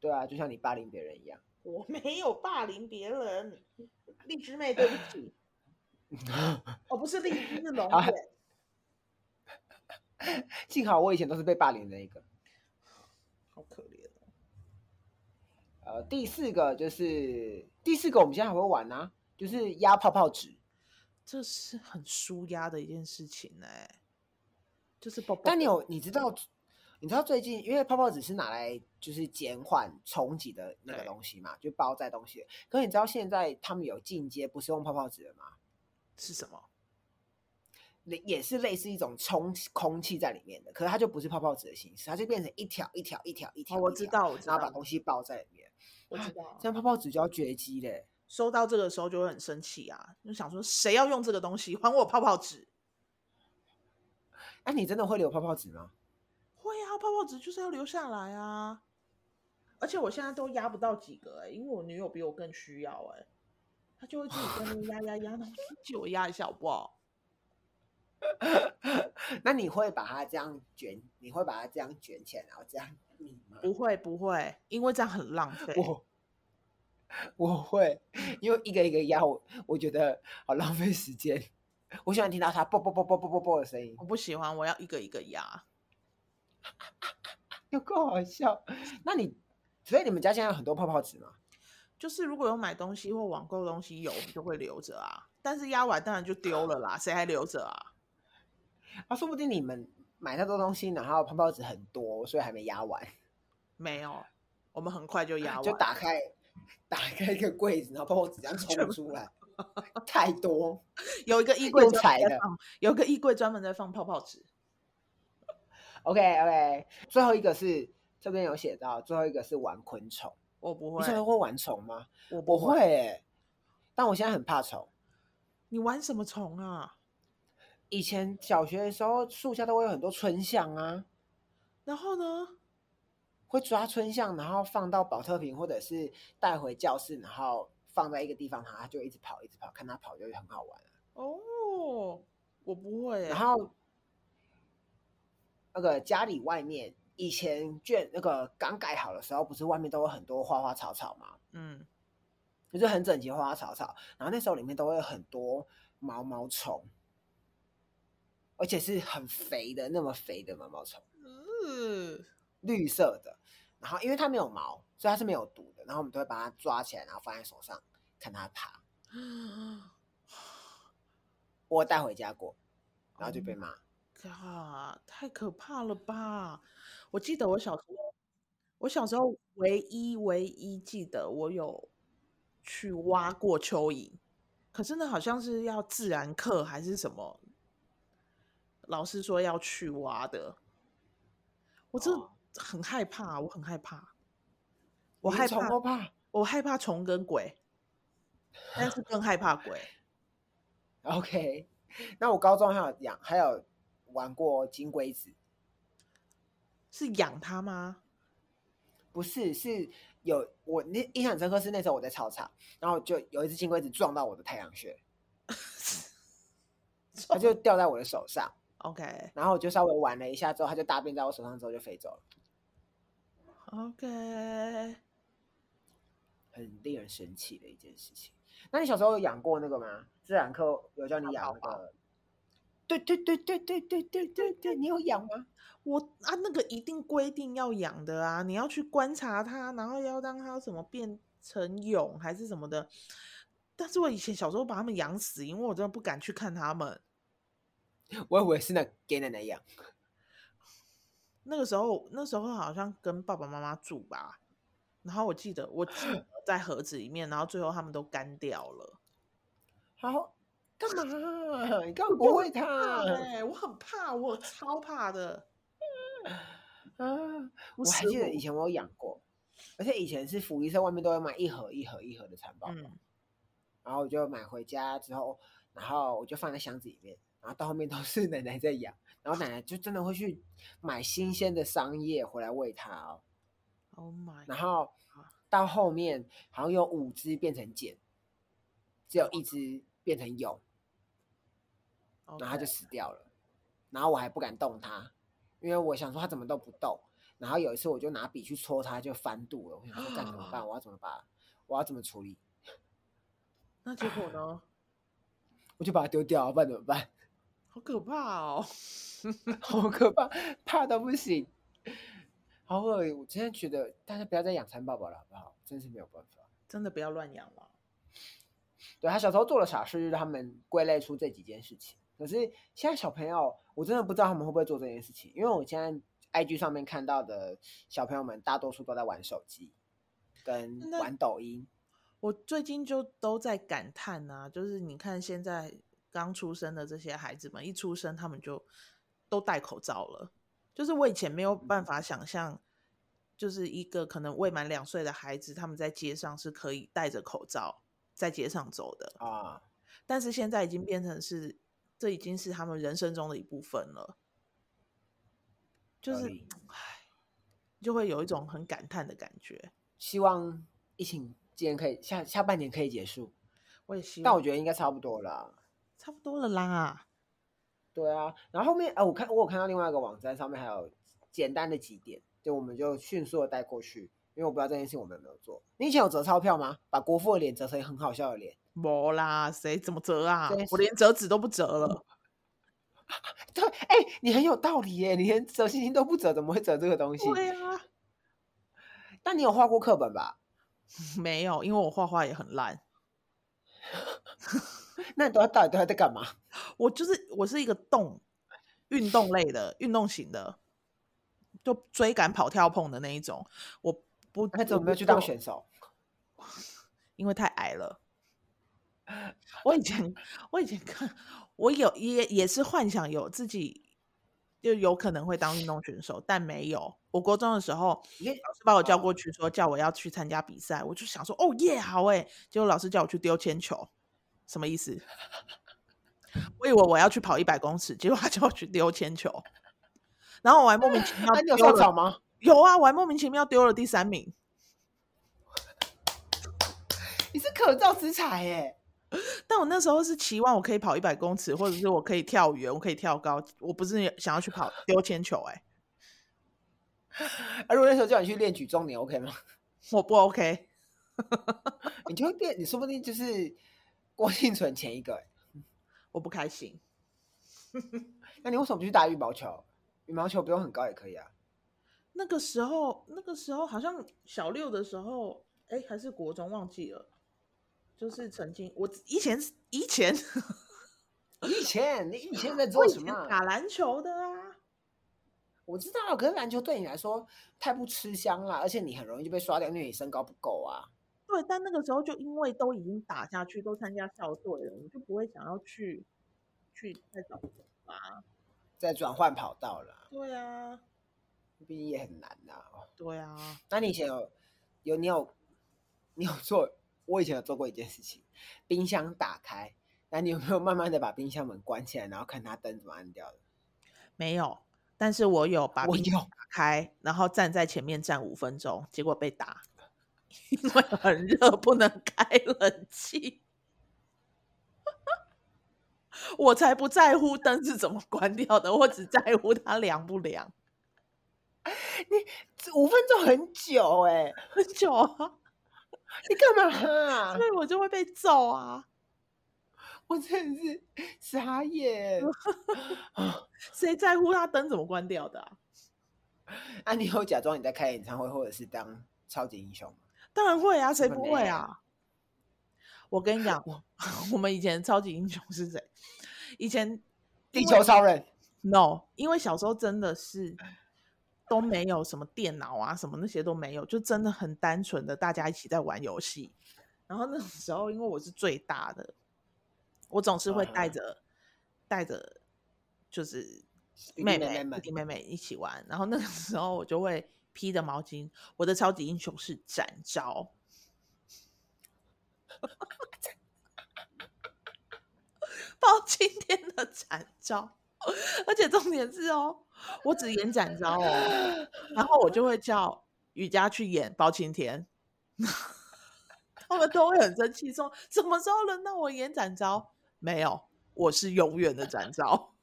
对啊，就像你霸凌别人一样。
我没有霸凌别人，荔枝妹对不起， 啊哦不是荔枝是龙
好
眼，
幸好我以前都是被霸凌的那个。
好可怜哦。
呃，第四个就是第四个，我们现在还会玩啊，就是压泡泡纸。
这是很舒压的一件事情哎、就是宝宝。
但你有你知道，你知道最近因为泡泡纸是拿来就是减缓冲击的那个
对
东西嘛，就包在东西的。可是你知道现在他们有进阶，不是用泡泡纸的吗？
是什么？
类也是类似一种充气空气在里面的，可是它就不是泡泡纸的形式，它就变成一条一条一条一条
哦，我
一
知
条，
道，我知
然后把
道，
东西包在里面。
我知
啊
道
这。样泡泡纸就要绝迹嘞！
收到这个时候就会很生气啊，就想说谁要用这个东西，还我泡泡纸。
哎、你真的会留泡泡纸吗？
会啊，泡泡纸就是要留下来啊。而且我现在都压不到几个、欸，因为我女友比我更需要哎、欸，她就会自己在那边压压压，然后说借我压一下好不 好？
那你会把它这样卷，你会把它这样卷起来，然后这样拧吗？
不会不会，因为这样很浪费。
我我会，因为一个一个压我，我觉得好浪费时间。我喜欢听到它啵啵啵啵啵啵啵的声音
我，不喜欢，我要一个一个压。
有够好笑。那你，所以你们家现在有很多泡泡纸吗？
就是如果有买东西或网购东西有，我们就会留着啊。但是压完当然就丢了啦，谁还留着啊？
啊，说不定你们买太多东西，然后泡泡纸很多，所以还没压完，
没有，我们很快就压完，
就打开打开一个柜子，然后泡泡纸这样冲出来，太多。
有一个衣柜
用
专
踩
门在
的
放，有一个衣柜专门在放泡泡纸。
OK OK，最后一个是这边有写到，最后一个是玩昆虫。
我不
你
会
小时，候会玩虫吗？
我不
我会、欸，但我现在很怕虫。
你玩什么虫啊？
以前小学的时候，树下都会有很多春象啊，
然后呢？
会抓春象，然后放到保特瓶或者是带回教室，然后放在一个地方，然后它就一直跑，一直跑，看它跑就很好玩。
哦，我不会、欸。
然后那个家里外面，以前卷那个刚盖好的时候，不是外面都有很多花花草草吗？
嗯，
就是很整齐的花花草草，然后那时候里面都会有很多毛毛虫，而且是很肥的，那么肥的毛毛虫，
嗯，
绿色的。然后因为它没有毛，所以它是没有毒的。然后我们都会把它抓起来，然后放在手上看它爬。
嗯
我有带回家过，然后就
哦
被骂。
God，太啊可怕了吧！我记得我小时候，我小时候唯一唯一记得我有去挖过蚯蚓，可是呢，好像是要自然课还是什么，老师说要去挖的，我真的
哦
很害怕，我很害怕，我
连
害
虫
怕，
都怕。
我害怕虫跟鬼，但是更害怕鬼。
OK，那 我高中还有养，还有玩过金龟子，
是养它吗？
不是，是有我那印象很深刻是那时候我在操场，然后就有一只金龟子撞到我的太阳穴，它 就掉在我的手上，
OK
然后我就稍微玩了一下之后，它就大便在我手上之后就飞走了，
OK，
很令人生气的一件事情。那你小时候有养过那个吗？自然课有叫你
大
养
宝
那个？对对对对对对对对对，你有养吗？
我啊那个一定规定要养的啊，你要去观察它，然后要让它什么变成蛹还是什么的。但是我以前小时候把它们养死，因为我真的不敢去看它们。
我以为是那给奶奶养。
那个时候，那时候好像跟爸爸妈妈住吧，然后我记得我记得在盒子里面，然后最后它们都干掉了。
好，干嘛？你干 嘛
我
不会
怕
它？
欸我很怕，我超怕的。
啊，
我
我还
死
记得
我
以前我有养过，而且以前是福利社外面都会买一盒一盒一盒的蚕宝宝，
嗯，
然后我就买回家之后，然后我就放在箱子里面，然后到后面都是奶奶在养，然后奶奶就真的会去买新鲜的桑叶回来喂它哦，
Oh my！
然后到后面好像有五只变成茧，只有一只变成蛹，
God，
然后它就
OK
死掉了，然后我还不敢动它，因为我想说它怎么都不动。然后有一次我就拿笔去戳它，就翻肚了。我想说干怎么办？我要怎么把我要怎么处理？
那结果呢？
我就把它丢掉，啊不然怎么办？
好可怕哦！
好可怕，怕到不行。好恶心！我真的觉得大家不要再养蚕宝宝了，好不好？真是没有办法。
真的不要乱养了。
对他小时候做了傻事，就是他们归类出这几件事情。可是现在小朋友，我真的不知道他们会不会做这件事情，因为我现在 IG 上面看到的小朋友们，大多数都在玩手机跟
那
玩抖音。
我最近就都在感叹啊，就是你看现在刚出生的这些孩子们，一出生他们就都戴口罩了。就是我以前没
嗯
有办法想象，就是一个可能未满两岁的孩子，他们在街上是可以戴着口罩在街上走的，
啊，
但是现在已经变成是，这已经是他们人生中的一部分了，就
合
是
理
唉，就会有一种很感叹的感觉。
希望疫情今年可以下下半年可以结束，
我也希
但
望
我觉得应该差不多了。
差不多了啦，
对啊，然后后面哎、我看我有看到另外一个网站上面还有简单的几点，就我们就迅速的带过去，因为我不知道这件事情我们有没有做。你以前有折钞票吗？把国父的脸折成很好笑的脸，
没啦，谁怎么折啊
真？
我
是
连折纸都不折了，
对，哎、你很有道理耶，你连折星星都不折，怎么会折这个东西？
对啊，
但你有画过课本吧？
没有，因为我画画也很烂，
那你都要到底都要在干嘛？
我就是我是一个动运动类的，运动型的，就追赶、跑、跳、碰的那一种。我不，
那怎
我
么没有
不
去当
做
选手？
因为太 矮了。我以前，我以前看，我有也也是幻想有自己就有可能会当运动选手，但没有。我国中的时候，
你可以
老师把我叫
哦
过去说叫我要去参加比赛，我就想说哦耶好哎，结果老师叫我去丢铅球，什么 意思？我以为我要去跑一百公尺，结果他叫我去丢铅球，然后我还莫名 其妙
啊，你有
丢
上
了
场吗？
有啊，我还莫名其妙丢了第三名，
你是可造之才耶！
但我那时候是期望我可以跑一百公尺，或者是我可以跳远，我可以跳高，我不是想要去跑丢铅球、欸，哎，
啊，如果那时候叫你去练举重，你 OK 吗？
我不 OK，
你就会变，你说不定就是郭幸存前一个耶。
我不开心。
那你为什么不去打羽毛球？羽毛球不用很高也可 以啊。
那个时候，那个时候好像小六的时候，哎、还是国中忘记了，就是曾经我以前是以前
你以前，你以前在
我
做
以
什
前
么啊？
打篮球的啊，
我知道，可是篮球对你来说太不吃香了，而且你很容易就被刷掉，因为你身高不够啊。
对，但那个时候就因为都已经打下去，都参加校队了，我就不会想要去去再找。
再转换跑道了，
对啊，
毕竟也很难呐、哦
对啊，
那你以前有有你有你有做？我以前有做过一件事情，冰箱打开，那你有没有慢慢的把冰箱门关起来，然后看它灯怎么按掉的？
没有，但是我有把
我
冰
有，
打开，然后站在前面站五分钟，结果被打， 因为很热，不能开冷气。我才不在乎灯是怎么关掉的，我只在乎它凉不凉。
这五分钟很久哎、
很久啊，
你干嘛、啊
所？以我就会被揍啊！
我真的是傻眼啊！
谁在乎它灯怎么关掉的啊、
啊，你有假装你在开演唱会，或者是当超级英雄吗？
当然会啊，谁
么
不
累
会
啊
啊？我 跟你讲
我，
我们以前超级英雄是谁？以前
地球超人
No，因为小时候真的是都没有什么电脑啊，什么那些都没有，就真的很单纯的大家一起在玩游戏。然后那种时候，因为我是最大的，我总是会带
啊哈
着带着就是
弟弟
妹
妹妹
妹
们
弟弟妹妹一起玩。然后那个时候我就会披着毛巾，我的超级英雄是展昭。 包青天的展昭，而且重点是哦，我只演展昭哦，然后我就会叫瑜伽去演包青天， 他们都会很生气说，什么时候轮到我演展昭？没有，我是永远的展昭。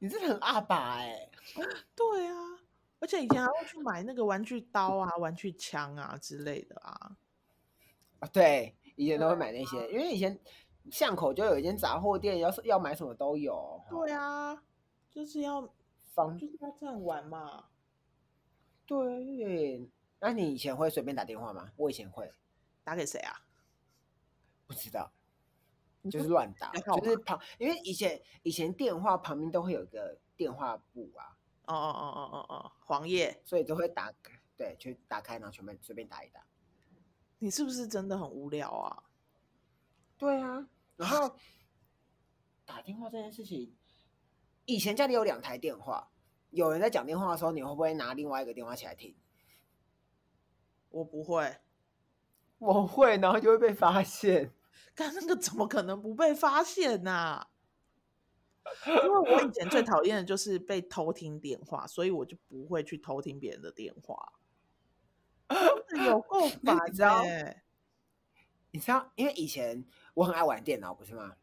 你真的很阿爸哎、
对啊，而且以前还会去买那个玩具刀啊、玩具枪啊之类的啊。
啊，对，以前都会买那些，
嗯
因为以前巷口就有一间杂货店，要是要买什么都有。
对啊，就是要
方
就是要这样玩嘛。
对。那你以前会随便打电话吗？我以前会，
打给谁啊？
不知道，
你
就
说
是乱打，
打号
就是旁，因为以前以前电话旁边都会有一个电话簿啊，
哦哦哦哦哦哦，黄叶，
所以都会打，对，就打开，然后全部随便打一打。
你是不是真的很无聊啊？
对啊，然后打电话这件事情，以前家里有两台电话，有人在讲电话的时候，你会不会拿另外一个电话起来听？
我不会。
我会，然后就会被发现。
但那个怎么可能不被发现呐、因为我以前最讨厌的就是被偷听电话，所以我就不会去偷听别人的电话。真的有够
那
烦
你知道
欸
你知道，因为以前我很爱玩电脑，不是吗？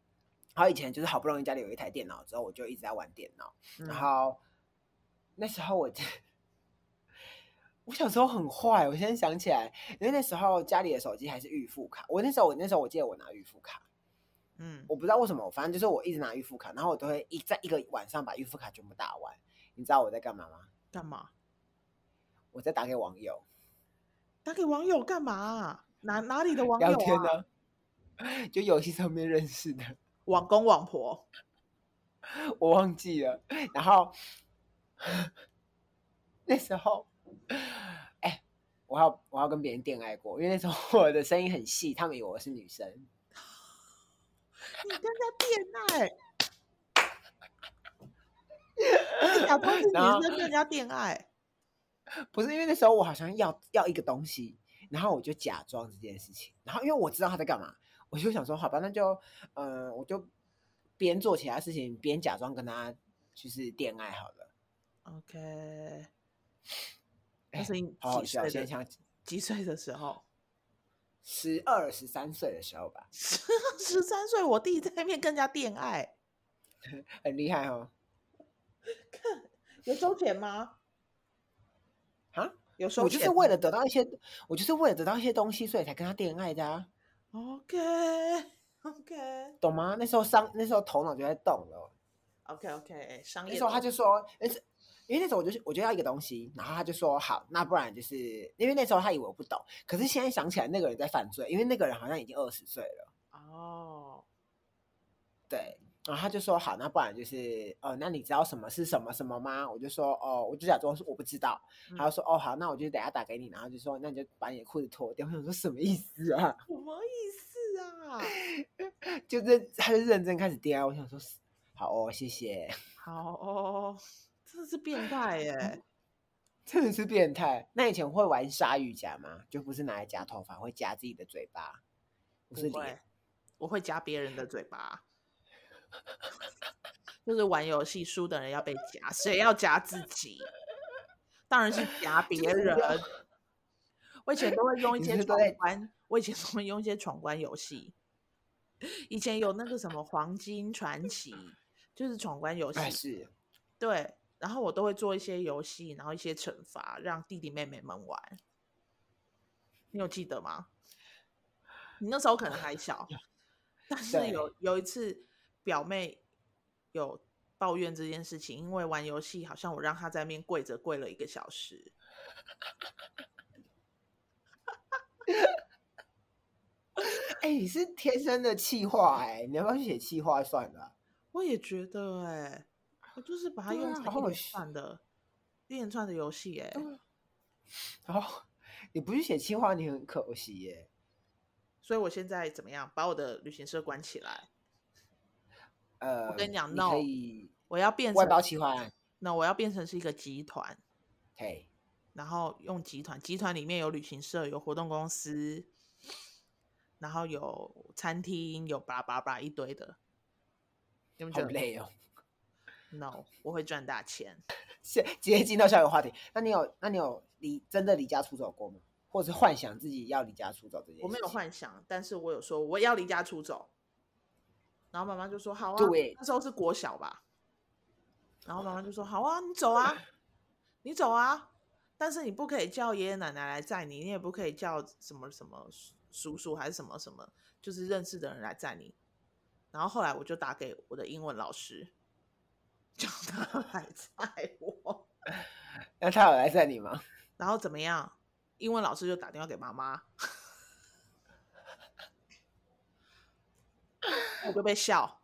然后以前就是好不容易家里有一台电脑之后，我就一直在玩电脑。
嗯
然后那时候我，我小时候很坏，我现在想起来，因为那时候家里的手机还是预付卡。我那时候，我那时候我记得我拿预付卡，
嗯，
我不知道为什么，反正就是我一直拿预付卡，然后我都会一在一个晚上把预付卡全部打完。你知道我在干嘛吗？
干嘛？
我在打给网友
打给网友干嘛啊、哪哪里的网友
聊天呢、
啊？
就游戏上面认识的。
网公网婆，
我忘记了。然后那时候，哎、我还有我还有跟别人恋爱过，因为那时候我的声音很细，他们以为我是女生。
你跟人家恋爱，你假装是女
然后
生跟人家恋爱，
不是因为那时候我好像要要一个东西，然后我就假装这件事情，然后因为我知道他在干嘛，我就想说，好吧，那就嗯、呃我就边做其他事情边假装跟他就是恋爱好了。
OK，
哎
那是你
好好
几
笑，
岁
现在
的？
想
几岁的时候？
十二十三岁的时候吧，
十三岁，我弟在那边跟人家恋爱，
很厉害哦。
有收钱吗？
啊，
有收钱吗？
我就是为了得到一些，我就是为了得到一些东西，所以才跟他恋爱的啊，
OK OK
懂吗？那时候商，那时候头脑就在动了。哦
OK OK 哎商
那
业
时候他就
的
说，那是因为那时候我就是我就要一个东西，然后他就说好，那不然就是因为那时候他以为我不懂，可是现在想起来那个人在犯罪，因为那个人好像已经二十岁了，
哦，
对。然后他就说好，那不然就是呃，那你知道什么是什么什么吗？我就说哦，我就假装说我不知道。
嗯
他就说哦好，那我就等下打给你，然后就说那你就把你的裤子脱掉。我想说什么意思啊？
什么意思啊？
就认，他就认真开始 DI。我想说，好哦，谢谢，
好哦，真的是变态耶！
真的是变态。那以前会玩鲨鱼夹吗？就不是拿来夹头发，会夹自己的嘴巴，不是
不
脸
会。，我会夹别人的嘴 巴，就是玩游戏输的人要被夹，谁要夹自己？当然是夹别
是
人
要。
我以前都会用一
你
些
是都
闯
在
关，我以前都会用一些闯关游戏。以前有那个什么黄金传奇，就是闯关游戏
哎，，是
对。然后我都会做一些游戏，然后一些惩罚，让弟弟妹妹们玩。你有记得吗？你那时候可能还小，但是
对
有有一次表妹有抱怨这件事情，因为玩游戏好像我让她在那边跪着跪了一个小时。
哎、你是天生的气话哎、你要不要去写气话算了？
我也觉得哎、我就是把它
对
用
啊
成
好
一
有
连
趣
串的、一连串的游戏哎、
对啊然后你不去写气话，你很可惜耶、
所以我现在怎么样？把我的旅行社关起来，
呃，
跟你讲
你
no
可以
我要变
外包
成
气话案，
那我要变成是一个集团，
嘿，
然后用集团，集团里面有旅行社，有活动公司，然后有餐厅，有巴拉巴拉巴拉一堆的。你们
好
觉得
累哦。
？No，我会赚大钱。
是直接进到下一个话题。那你有那你有离真的离家出走过吗？或者是幻想自己要离家出走这件事情？
我没有幻想，但是我有说我要离家出走。然后妈妈就说：“好啊。
Do ” it
那时候是国小吧。然后妈妈就说：“好啊，你走啊，你走啊，但是你不可以叫爷爷奶奶来载你，你也不可以叫什么什么叔叔还是什么什么，就是认识的人来载你。”然后后来我就打给我的英文老师，叫他 来载我。
那他有来载你吗？
然后怎么样？英文老师就打电话给妈妈，我就被笑，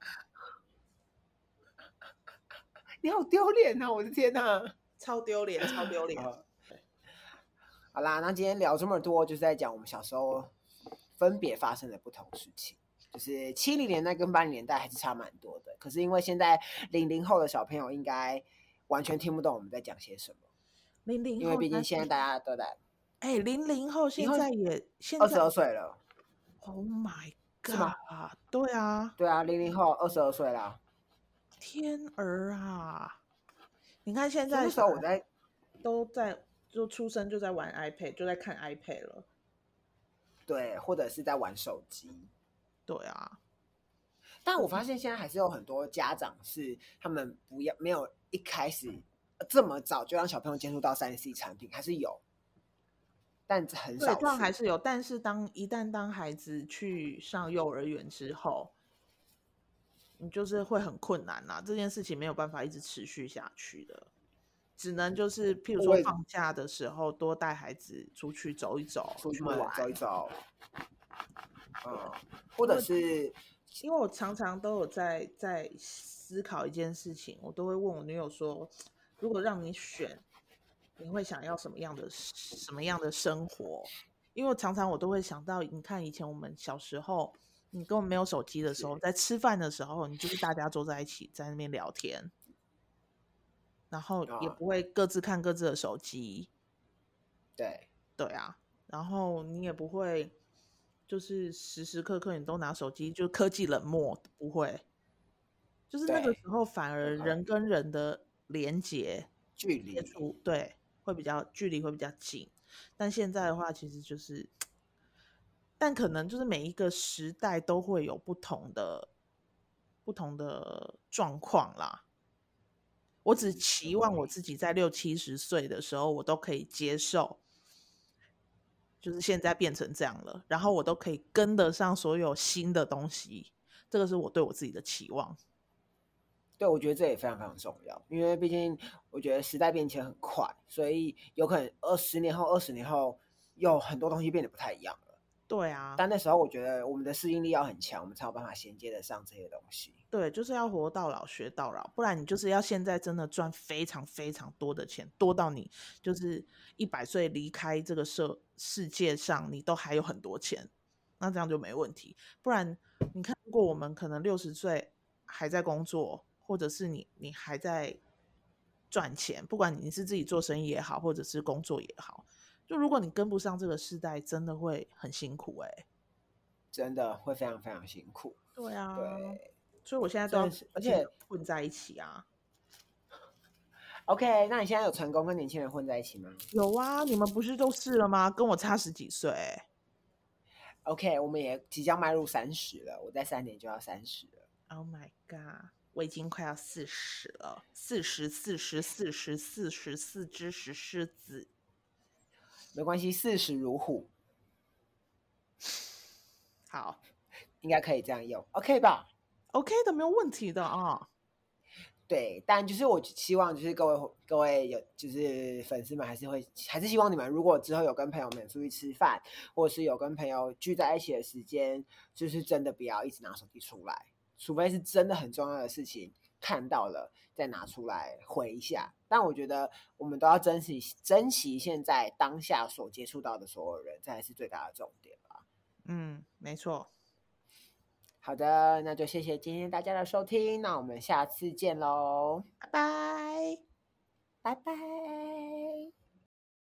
你好丢脸啊！我的天哪、
超丢脸，超丢脸。
好啊好啦，那今天聊这么多，就是在讲我们小时候分别发生的不同事情。就是七零年代跟八零年代还是差蛮多的，可是因为现在零零后的小朋友应该完全听不懂我们在讲些什么，
零零
因为
后
毕
那
竟现在
是
大家都在
哎，零零后现
后
在也现
二十
在
二岁了，
，Oh my
是吗
god！对啊，
对啊，零零后二十二岁啦。
天儿啊！你看现在
那时候我
小孩
在，
都在就出生就在玩 iPad，就在看 iPad 了。
对，或者是在玩手机。
对啊，
但
嗯
我发现现在还是有很多家长是他们不要没有一开始
嗯
这么早就让小朋友接触到三 C 产品，还是有，但很
对，
少
这样还
数。
是有，但是当一旦当孩子去上幼儿园之后，你就是会很困难啦、这件事情没有办法一直持续下去的，只能就是譬如
我
说
也
放假的时候多带孩子出去走一走，
出去
玩。
玩走一走，嗯，或者是
因为我常常都有在在思考一件事情，我都会问我女友说，如果让你选，你会想要什么样的什么样的生活？因为我常常我都会想到，你看以前我们小时候，你根本没有手机的时候，在吃饭的时候，你就是大家坐在一起在那边聊天，然后也
啊
不会各自看各自的手机。
对，
对啊，然后你也不会就是时时刻刻你都拿手机，就科技冷漠不会，就是那个
对
时候反而
可
人跟人的连接
距离
接触对会比较距离会比较近，但现在的话其实就是，但可能就是每一个时代都会有不同的不同的状况啦。我只期望我
会
自己在六七十岁的时候，我都可以接受，就是现在变成这样了，然后我都可以跟得上所有新的东西，这个是我对我自己的期望。
对，我觉得这也非常非常重要，因为毕竟我觉得时代变迁很快，所以有可能二十年后、二十年后有很多东西变得不太一样了。
对啊，
但那时候我觉得我们的适应力要很强，我们才有办法衔接得上这些东西。
对，就是要活到老学到老，不然你就是要现在真的赚非常非常多的钱，多到你就是一百岁离开这个社世界上，你都还有很多钱，那这样就没问题。不然你看，如果我们可能六十岁还在工作，或者是你你还在赚钱，不管你是自己做生意也好，或者是工作也好，就如果你跟不上这个时代，真的会很辛苦哎、
真的会非常非常辛苦。
对啊，
对
所以我现在
真
都要
的是而
尽量
且
混在一起啊。
，OK，那你现在有成功跟年轻人混在一起吗
有啊，你们不是都是了吗？跟我差十几岁欸、
？OK，我们也即将迈入三十了，我在三年就要三十了。
Oh my god，我已经快要四十了，四十四十四十四十四只石狮子。
没关系，四十如虎，
好
应该可以这样用，OK 吧？
，OK 的，没有问题的啊、
对，但就是我希望，就是各位各位有就是粉丝们，还是会还是希望你们，如果之后有跟朋友们出去吃饭，或是有跟朋友聚在一起的时间，就是真的不要一直拿手机出来，除非是真的很重要的事情看到了再拿出来回一下。但我觉得我们都要珍惜珍惜现在当下所接触到的所有人，这才是最大的重点吧。
嗯，没错，
好的，那就谢谢今天大家的收听，那我们下次见喽，
拜拜。
拜拜。